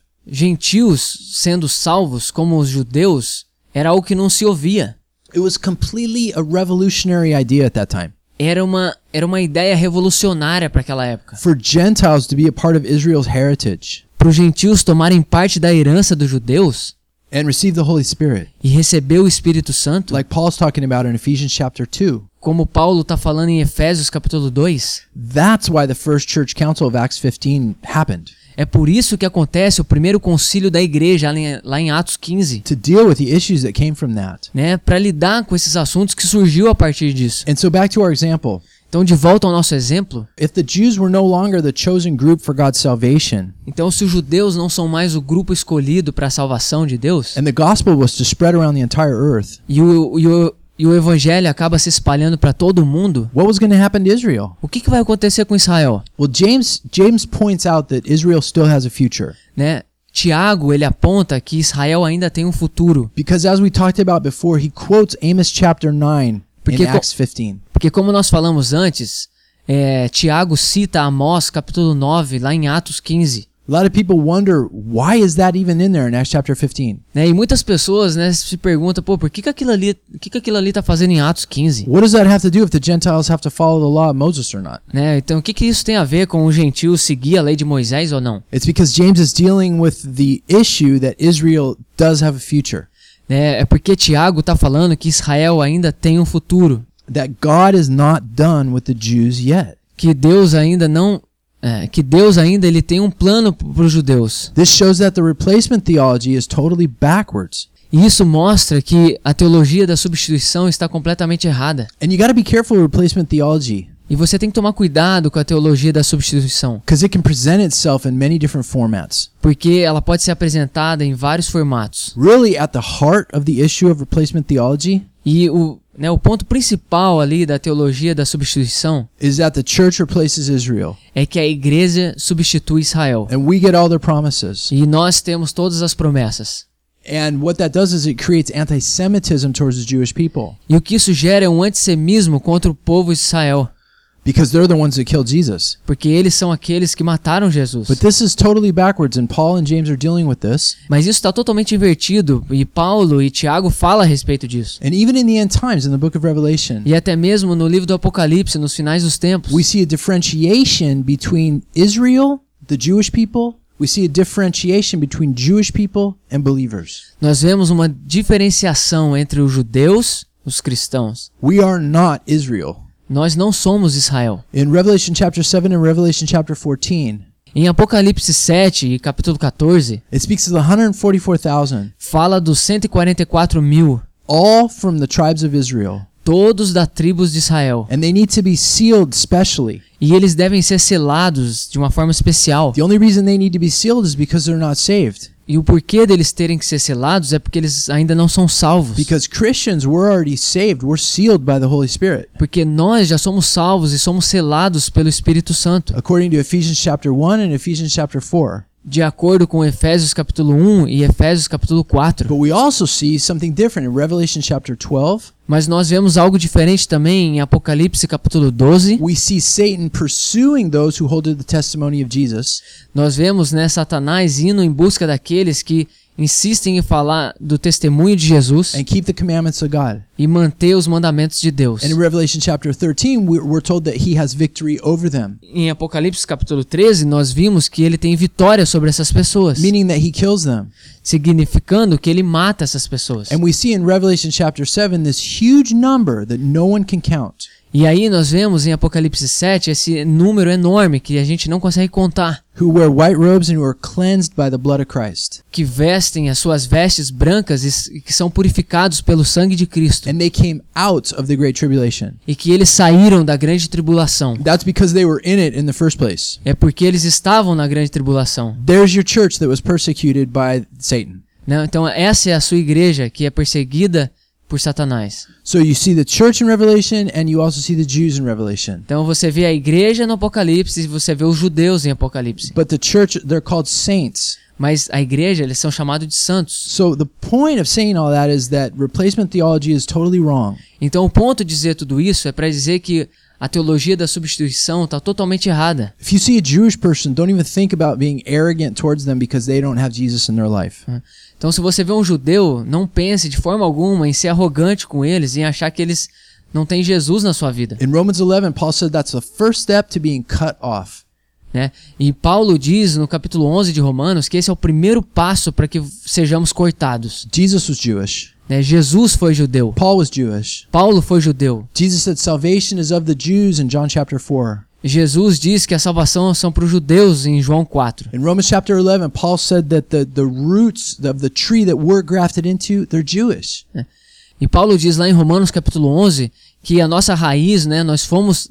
S2: Gentios sendo salvos como os judeus era algo que não se ouvia.
S1: It was completely a revolutionary idea at that time.
S2: Era uma, era uma ideia revolucionária para aquela época.
S1: For Gentiles to be a part of Israel's heritage
S2: Para os gentios tomarem parte da herança dos judeus
S1: and receive the Holy Spirit,
S2: e receber o Espírito Santo,
S1: like Paul's talking about in Ephesians chapter 2.
S2: como Paulo está falando em Efésios capítulo 2,
S1: That's why the first church council of Acts 15 happened
S2: é por isso que acontece o primeiro concílio da igreja lá em- lá em Atos 15,
S1: to deal with the issues that came from that.
S2: né, para lidar com esses assuntos que surgiu a partir disso.
S1: And so, back to our example
S2: Então, de volta ao nosso exemplo,
S1: if the Jews were no longer the chosen group for God's salvation,
S2: então se os judeus não são mais o grupo escolhido para a salvação de Deus,
S1: and the gospel was to spread around the entire earth,
S2: e o, e o, e o evangelho acaba se espalhando para todo mundo,
S1: what was going to happen to Israel?
S2: o que, que vai acontecer com Israel?
S1: Well, James James points out that Israel still has a future
S2: Né? Tiago ele aponta que Israel ainda tem um futuro,
S1: because, as we talked about before, he quotes Amos chapter nine in
S2: Porque co-
S1: Acts 15.
S2: porque como nós falamos antes, é, Tiago cita Amós capítulo 9 lá em Atos 15.
S1: A lot of people wonder why is that even in there in Acts chapter 15?
S2: Né? E muitas pessoas né, se perguntam, pô, por que, que aquilo ali, o que, que aquilo ali tá fazendo em Atos 15?
S1: What does that have to do if the Gentiles have to follow the law of Moses or not?
S2: Né? Então, o que, que isso tem a ver com o gentio seguir a lei de Moisés ou não?
S1: It's because James is dealing with the issue that Israel does have a future,
S2: Né? É porque Tiago está falando que Israel ainda tem um futuro,
S1: that God is not done with the Jews yet.
S2: que Deus ainda não, é, que Deus ainda ele tem um plano para os judeus.
S1: This shows that the replacement theology is totally backwards.
S2: E isso mostra que a teologia da substituição está completamente errada.
S1: And you got to be careful with replacement theology
S2: E você tem que tomar cuidado com a teologia da substituição,
S1: because it can present itself in many different formats.
S2: porque ela pode ser apresentada em vários formatos.
S1: Really, at the heart of the issue of replacement theology
S2: E o, né, o ponto principal ali da teologia da substituição
S1: is that the church replaces Israel
S2: é que a igreja substitui Israel.
S1: and we get all their promises.
S2: E nós temos todas as promessas.
S1: And what that does is it creates anti Semitism towards the Jewish people
S2: E o que isso gera é um antissemismo contra o povo de Israel,
S1: because they're the ones that killed Jesus.
S2: porque eles são aqueles que mataram Jesus.
S1: But this is totally backwards, and Paul and James are dealing with this.
S2: Mas isso está totalmente invertido, e Paulo e Tiago falam a respeito disso.
S1: And even in the end times, in the book of Revelation,
S2: E até mesmo no livro do Apocalipse, nos finais dos tempos,
S1: we see a differentiation between Israel, the Jewish people, we see a differentiation between Jewish people and believers.
S2: nós vemos uma diferenciação entre os judeus, os cristãos.
S1: We are not Israel.
S2: Nós não somos Israel.
S1: In Revelation chapter 7 and Revelation chapter 14,
S2: Em Apocalipse 7 e capítulo 14,
S1: it speaks of the 144,000,
S2: fala dos 144 mil,
S1: all from the tribes of Israel.
S2: todos da tribos de Israel.
S1: And they need to be sealed specially.
S2: E eles devem ser selados de uma forma especial.
S1: The only reason they need to be sealed is because they're not saved.
S2: E o porquê deles terem que ser selados é porque eles ainda não são salvos.
S1: Because Christians, we're already saved. We're sealed by the Holy Spirit.
S2: Porque nós já somos salvos e somos selados pelo Espírito Santo,
S1: According to Ephesians chapter 1 and Ephesians chapter 4.
S2: de acordo com Efésios capítulo 1 e Efésios capítulo 4.
S1: But we also see something different in Revelation chapter 12.
S2: Mas nós vemos algo diferente também em Apocalipse capítulo 12.
S1: We see Satan pursuing those who hold to the testimony of Jesus.
S2: Nós vemos, né, Satanás indo em busca daqueles que insistem em falar do testemunho de Jesus
S1: And keep the commandments of God.
S2: e manter os mandamentos de Deus.
S1: And in Revelation chapter 13, we- we're told that he has victory over them,
S2: Em Apocalipse capítulo 13, nós vimos que ele tem vitória sobre essas pessoas.
S1: meaning that he kills them.
S2: significando que ele mata essas pessoas.
S1: And we see in Revelation chapter 7 this huge number that no one can count.
S2: E aí nós vemos em Apocalipse 7 esse número enorme que a gente não consegue contar,
S1: who wear white robes and who are cleansed by the blood of Christ.
S2: que vestem as suas vestes brancas e s- e que são purificados pelo sangue de Cristo,
S1: And they came out of the great tribulation.
S2: e que eles saíram da grande tribulação.
S1: That's because they were in it in the first place.
S2: É porque eles estavam na grande tribulação.
S1: There's your church that was persecuted by Satan.
S2: né? Então essa é a sua igreja que é perseguida por Satanás.
S1: So you see the church in Revelation and you also see the Jews in Revelation.
S2: Então você vê a igreja no Apocalipse e você vê os judeus em Apocalipse.
S1: But the church, they're called saints.
S2: Mas a igreja, eles são chamados de santos.
S1: So the point of saying all that is that replacement theology is totally wrong.
S2: Então, o ponto de dizer tudo isso é para dizer que A teologia da substituição está totalmente errada.
S1: If you see a Jewish person, don't even think about being arrogant towards them because they don't have Jesus in their life.
S2: Mm-hmm. Então, se você vê um judeu, não pense de forma alguma em ser arrogante com eles, em achar que eles não têm Jesus na sua vida.
S1: In Romans 11, Paul said that's the first step to being cut off.
S2: Né? E Paulo diz no capítulo 11 de Romanos que esse é o primeiro passo para que sejamos cortados.
S1: Jesus was Jewish.
S2: né? Jesus foi judeu,
S1: Paul was Jewish.
S2: Paulo foi judeu.
S1: Jesus said salvation is of the Jews in John chapter 4.
S2: Jesus diz que a salvação são para os judeus em João 4.
S1: In Romans chapter 11, Paul said that the, the roots of the tree that we're grafted into, they're Jewish.
S2: né? E Paulo diz lá em Romanos capítulo 11 que a nossa raiz, né, nós fomos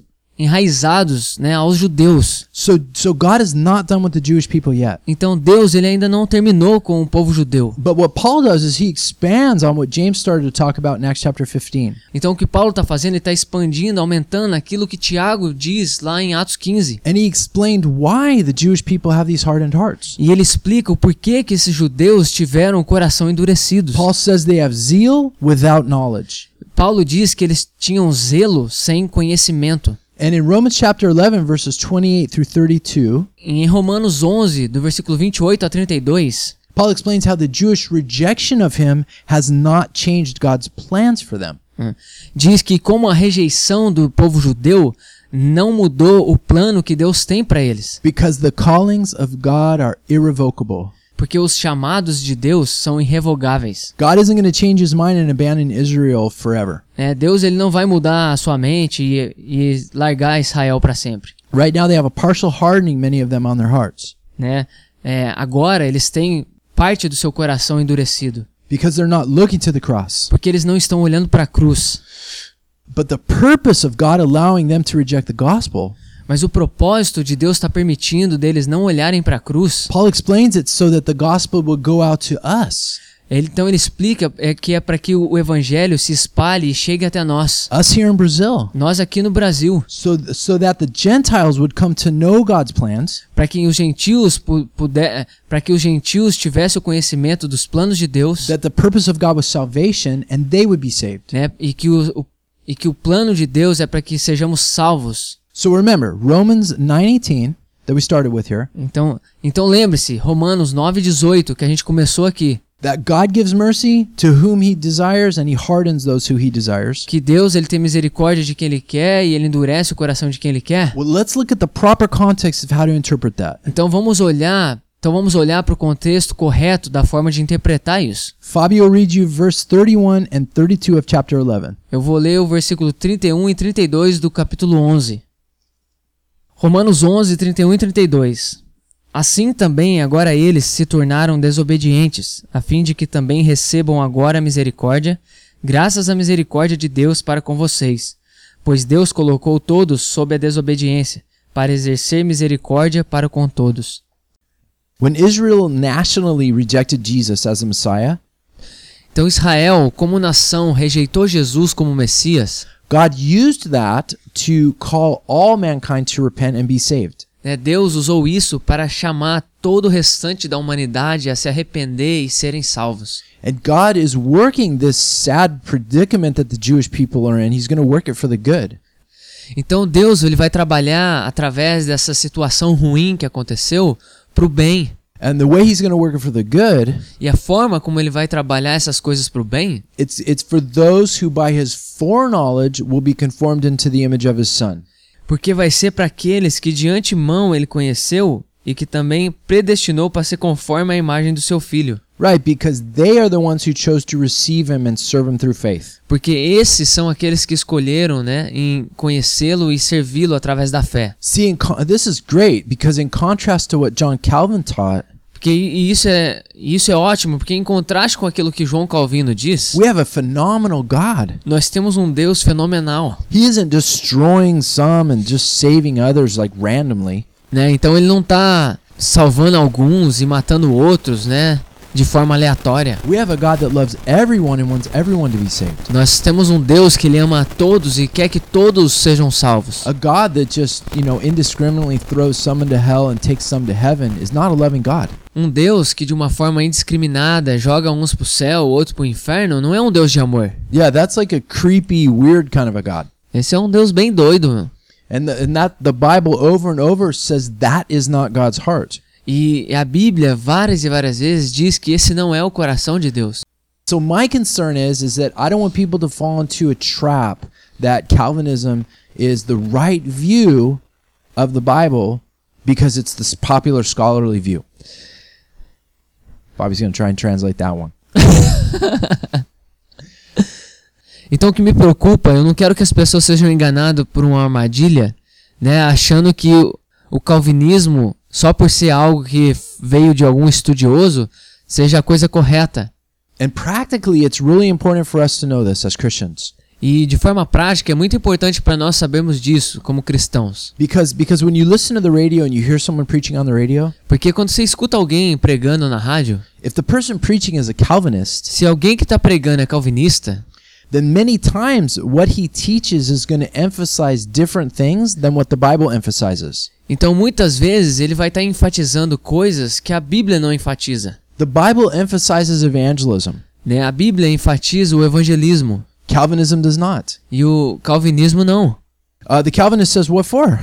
S2: enraizados, né, aos judeus.
S1: So, so God is not done with the Jewish people yet.
S2: Então Deus ele ainda não terminou com o povo judeu.
S1: But what Paul does is he expands on what James started to talk about in Acts chapter 15.
S2: Então o que Paulo está fazendo, ele está expandindo, aumentando aquilo que Tiago diz lá em Atos 15.
S1: And he explained why the Jewish people have these hardened hearts.
S2: E ele explica o porquê que esses judeus tiveram o coração endurecido.
S1: Paul says they have zeal without knowledge.
S2: Paulo diz que eles tinham zelo sem conhecimento.
S1: And in Romans chapter 11, verses 28 through 32,
S2: Em Romanos 11, do versículo 28 a 32,
S1: Paul explains how the Jewish rejection of him has not changed God's plans for them.
S2: diz que como a rejeição do povo judeu não mudou o plano que Deus tem para eles,
S1: Because the callings of God are irrevocable.
S2: porque os chamados de Deus são irrevogáveis.
S1: God isn't going to change his mind and abandon Israel forever.
S2: né? Deus ele não vai mudar a sua mente e, e largar Israel para sempre.
S1: Right now, they have a partial hardening, many of them, on their hearts
S2: né? É, agora eles têm parte do seu coração endurecido,
S1: because they're not looking to the cross.
S2: porque eles não estão olhando para a cruz.
S1: But the purpose of God allowing them to reject the gospel,
S2: Mas o propósito de Deus está permitindo deles não olharem para a cruz.
S1: Paul explains it so that the gospel will go out to us.
S2: Ele, então ele explica é, que é para que o, o evangelho se espalhe e chegue até nós.
S1: us here in Brazil,
S2: Nós aqui no Brasil,
S1: so so that the Gentiles would come to know God's plans
S2: para que os gentios pu- puder, para que os gentios tivessem o conhecimento dos planos de Deus,
S1: that the purpose of God was salvation and they would be saved.
S2: né? E que o, o e que o plano de Deus é para que sejamos salvos.
S1: So remember Romans 9:18 that we started with here,
S2: Então, então lembre-se, Romanos 9:18, que a gente começou aqui,
S1: that God gives mercy to whom he desires and he hardens those who he desires.
S2: que Deus ele tem misericórdia de quem ele quer e ele endurece o coração de quem ele quer.
S1: Well, let's look at the proper context of how to interpret that.
S2: Então vamos olhar, então vamos olhar para o contexto correto da forma de interpretar isso.
S1: Fabio read you verse 31 and 32 of chapter 11.
S2: Eu vou ler o versículo 31 e 32 do capítulo 11. Romanos 11, 31 e 32. Assim também agora eles se tornaram desobedientes, a fim de que também recebam agora misericórdia, graças à misericórdia de Deus para com vocês. Pois Deus colocou todos sob a desobediência, para exercer misericórdia para com todos.
S1: When Israel nationally rejected Jesus as the Messiah,
S2: Então Israel, como nação, rejeitou Jesus como Messias.
S1: God used that to call all mankind to repent and be saved.
S2: Né, Deus usou isso para chamar todo o restante da humanidade a se arrepender e serem salvos.
S1: And God is working this sad predicament that the Jewish people are in. He's going to work it for the good.
S2: Então Deus ele vai trabalhar através dessa situação ruim que aconteceu para o bem.
S1: And the way he's going to work it for the good,
S2: E a forma como ele vai trabalhar essas coisas para o bem
S1: it's it's for those who by his foreknowledge will be conformed into the image of his son.
S2: Porque vai ser para aqueles que de antemão ele conheceu e que também predestinou para ser conforme à imagem do seu filho.
S1: Right, because they are the ones who chose to receive him and serve him through faith.
S2: Porque esses são aqueles que escolheram, né, em conhecê-lo e servi-lo através da fé.
S1: See, in con- this is great because in contrast to what John Calvin taught,
S2: Porque i- e isso é, e isso é ótimo, porque em contraste com aquilo que João Calvino diz,
S1: we have a phenomenal God.
S2: nós temos um Deus fenomenal,
S1: He isn't destroying some and just saving others like randomly.
S2: né? Então ele não tá salvando alguns e matando outros, né, de forma aleatória.
S1: We have a God that loves everyone and wants everyone to be saved.
S2: Nós temos um Deus que ele ama a todos e quer que todos sejam salvos.
S1: A God that just, you know, indiscriminately throws some into hell and takes some to heaven is not a loving God.
S2: Um Deus que de uma forma indiscriminada joga uns pro céu, outros pro inferno, não é um Deus de amor.
S1: Yeah, that's like a creepy, weird kind of a God.
S2: Esse é um Deus bem doido. meu.
S1: And, the, and that the Bible over and over says that is not God's heart.
S2: E a Bíblia várias e várias vezes diz que esse não é o coração de Deus.
S1: So my concern is is that I don't want people to fall into a trap that Calvinism is the right view of the Bible because it's this popular scholarly view. Bobby's going to try and translate that one.
S2: Então o que me preocupa, eu não quero que as pessoas sejam enganadas por uma armadilha, né, achando que o- o calvinismo só por ser algo que veio de algum estudioso seja a coisa correta.
S1: And practically it's really important for us to know this as Christians.
S2: E de forma prática é muito importante para nós sabermos disso como cristãos.
S1: Because because when you listen to the radio and you hear someone preaching on the radio,
S2: Porque quando você escuta alguém pregando na rádio,
S1: if the person preaching is a Calvinist,
S2: se alguém que está pregando é calvinista,
S1: then many times what he teaches is going to emphasize different things than what the Bible emphasizes.
S2: então muitas vezes ele vai estar enfatizando coisas que a Bíblia não enfatiza.
S1: The Bible emphasizes evangelism.
S2: Né? A Bíblia enfatiza o evangelismo
S1: Calvinism does not.
S2: e o calvinismo não.
S1: Uh, the Calvinist says, "What for?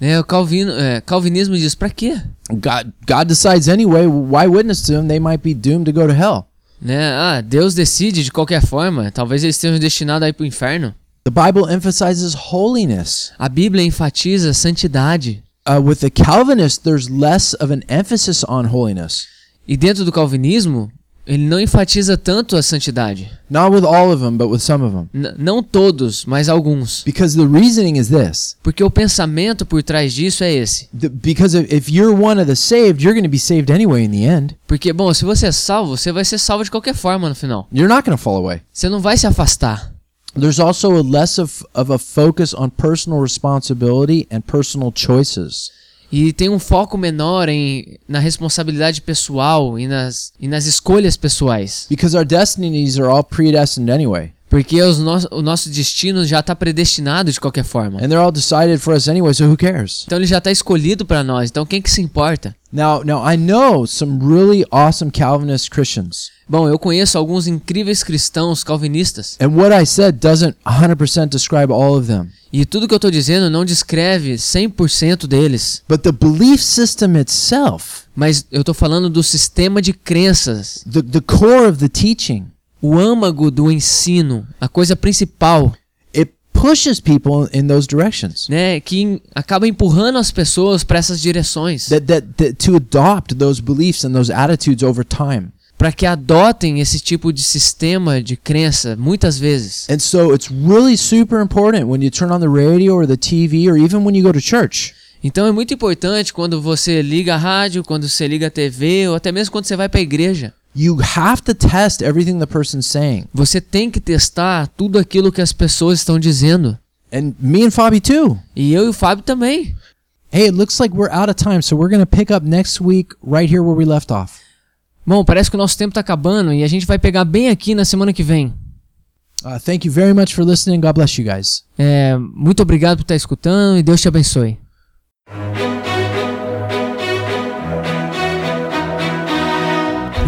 S2: Né? O calvino, é, calvinismo diz pra quê?
S1: God God decides anyway. Why witness to them? They might be doomed to go to hell."
S2: Né? Ah, Deus decide de qualquer forma. Talvez eles estejam destinados a ir pro inferno.
S1: The Bible emphasizes holiness.
S2: A Bíblia enfatiza a santidade.
S1: Uh, with the Calvinist, there's less of an emphasis on holiness.
S2: E dentro do calvinismo, ele não enfatiza tanto a santidade.
S1: Not with all of them, but with some of them.
S2: N- não todos, mas alguns.
S1: Because the reasoning is this:
S2: Porque o pensamento por trás disso é esse.
S1: The- because if, if you're one of the saved, you're going to be saved anyway. In the end,
S2: Porque, bom, se você é salvo, você vai ser salvo de qualquer forma no final.
S1: you're not going to fall away.
S2: Você não vai se afastar.
S1: There's also a less of, of a focus on personal responsibility and personal choices.
S2: E tem um foco menor em, na responsabilidade pessoal e nas, e nas escolhas pessoais.
S1: Because our destinies are all predestined anyway.
S2: Porque os no, o nosso destino já está predestinado de qualquer forma.
S1: And they're all decided for us anyway, so who cares?
S2: Então ele já está escolhido para nós. Então quem que se importa?
S1: Now, now I know some really awesome Calvinist Christians.
S2: Bom, eu conheço alguns incríveis cristãos calvinistas.
S1: And what I said doesn't 100% describe all of them.
S2: E tudo que eu estou dizendo não descreve 100% deles.
S1: But the belief system itself,
S2: Mas eu estou falando do sistema de crenças.
S1: the, the core of the teaching,
S2: O âmago do ensino. A coisa principal.
S1: it pushes people in those directions.
S2: né, que em- acaba empurrando as pessoas para essas direções,
S1: That, that, that to adopt those beliefs and those attitudes over time.
S2: para que adotem esse tipo de sistema de crença muitas vezes.
S1: And so it's really super important when you turn on the radio or the TV or even when you go to church
S2: Então é muito importante quando você liga a rádio, quando você liga a TV ou até mesmo quando você vai para a igreja.
S1: You have to test everything the person's saying.
S2: Você tem que testar tudo aquilo que as pessoas estão dizendo.
S1: And me and Fabi too.
S2: E eu e o Fábio também.
S1: Hey, it looks like we're out of time, so we're going to pick up next week right here where we left off.
S2: Bom, parece que o nosso tempo tá acabando e a gente vai pegar bem aqui na semana que vem.
S1: Uh, thank you very much for listening. God bless you guys.
S2: É, muito obrigado por estar escutando e Deus te abençoe.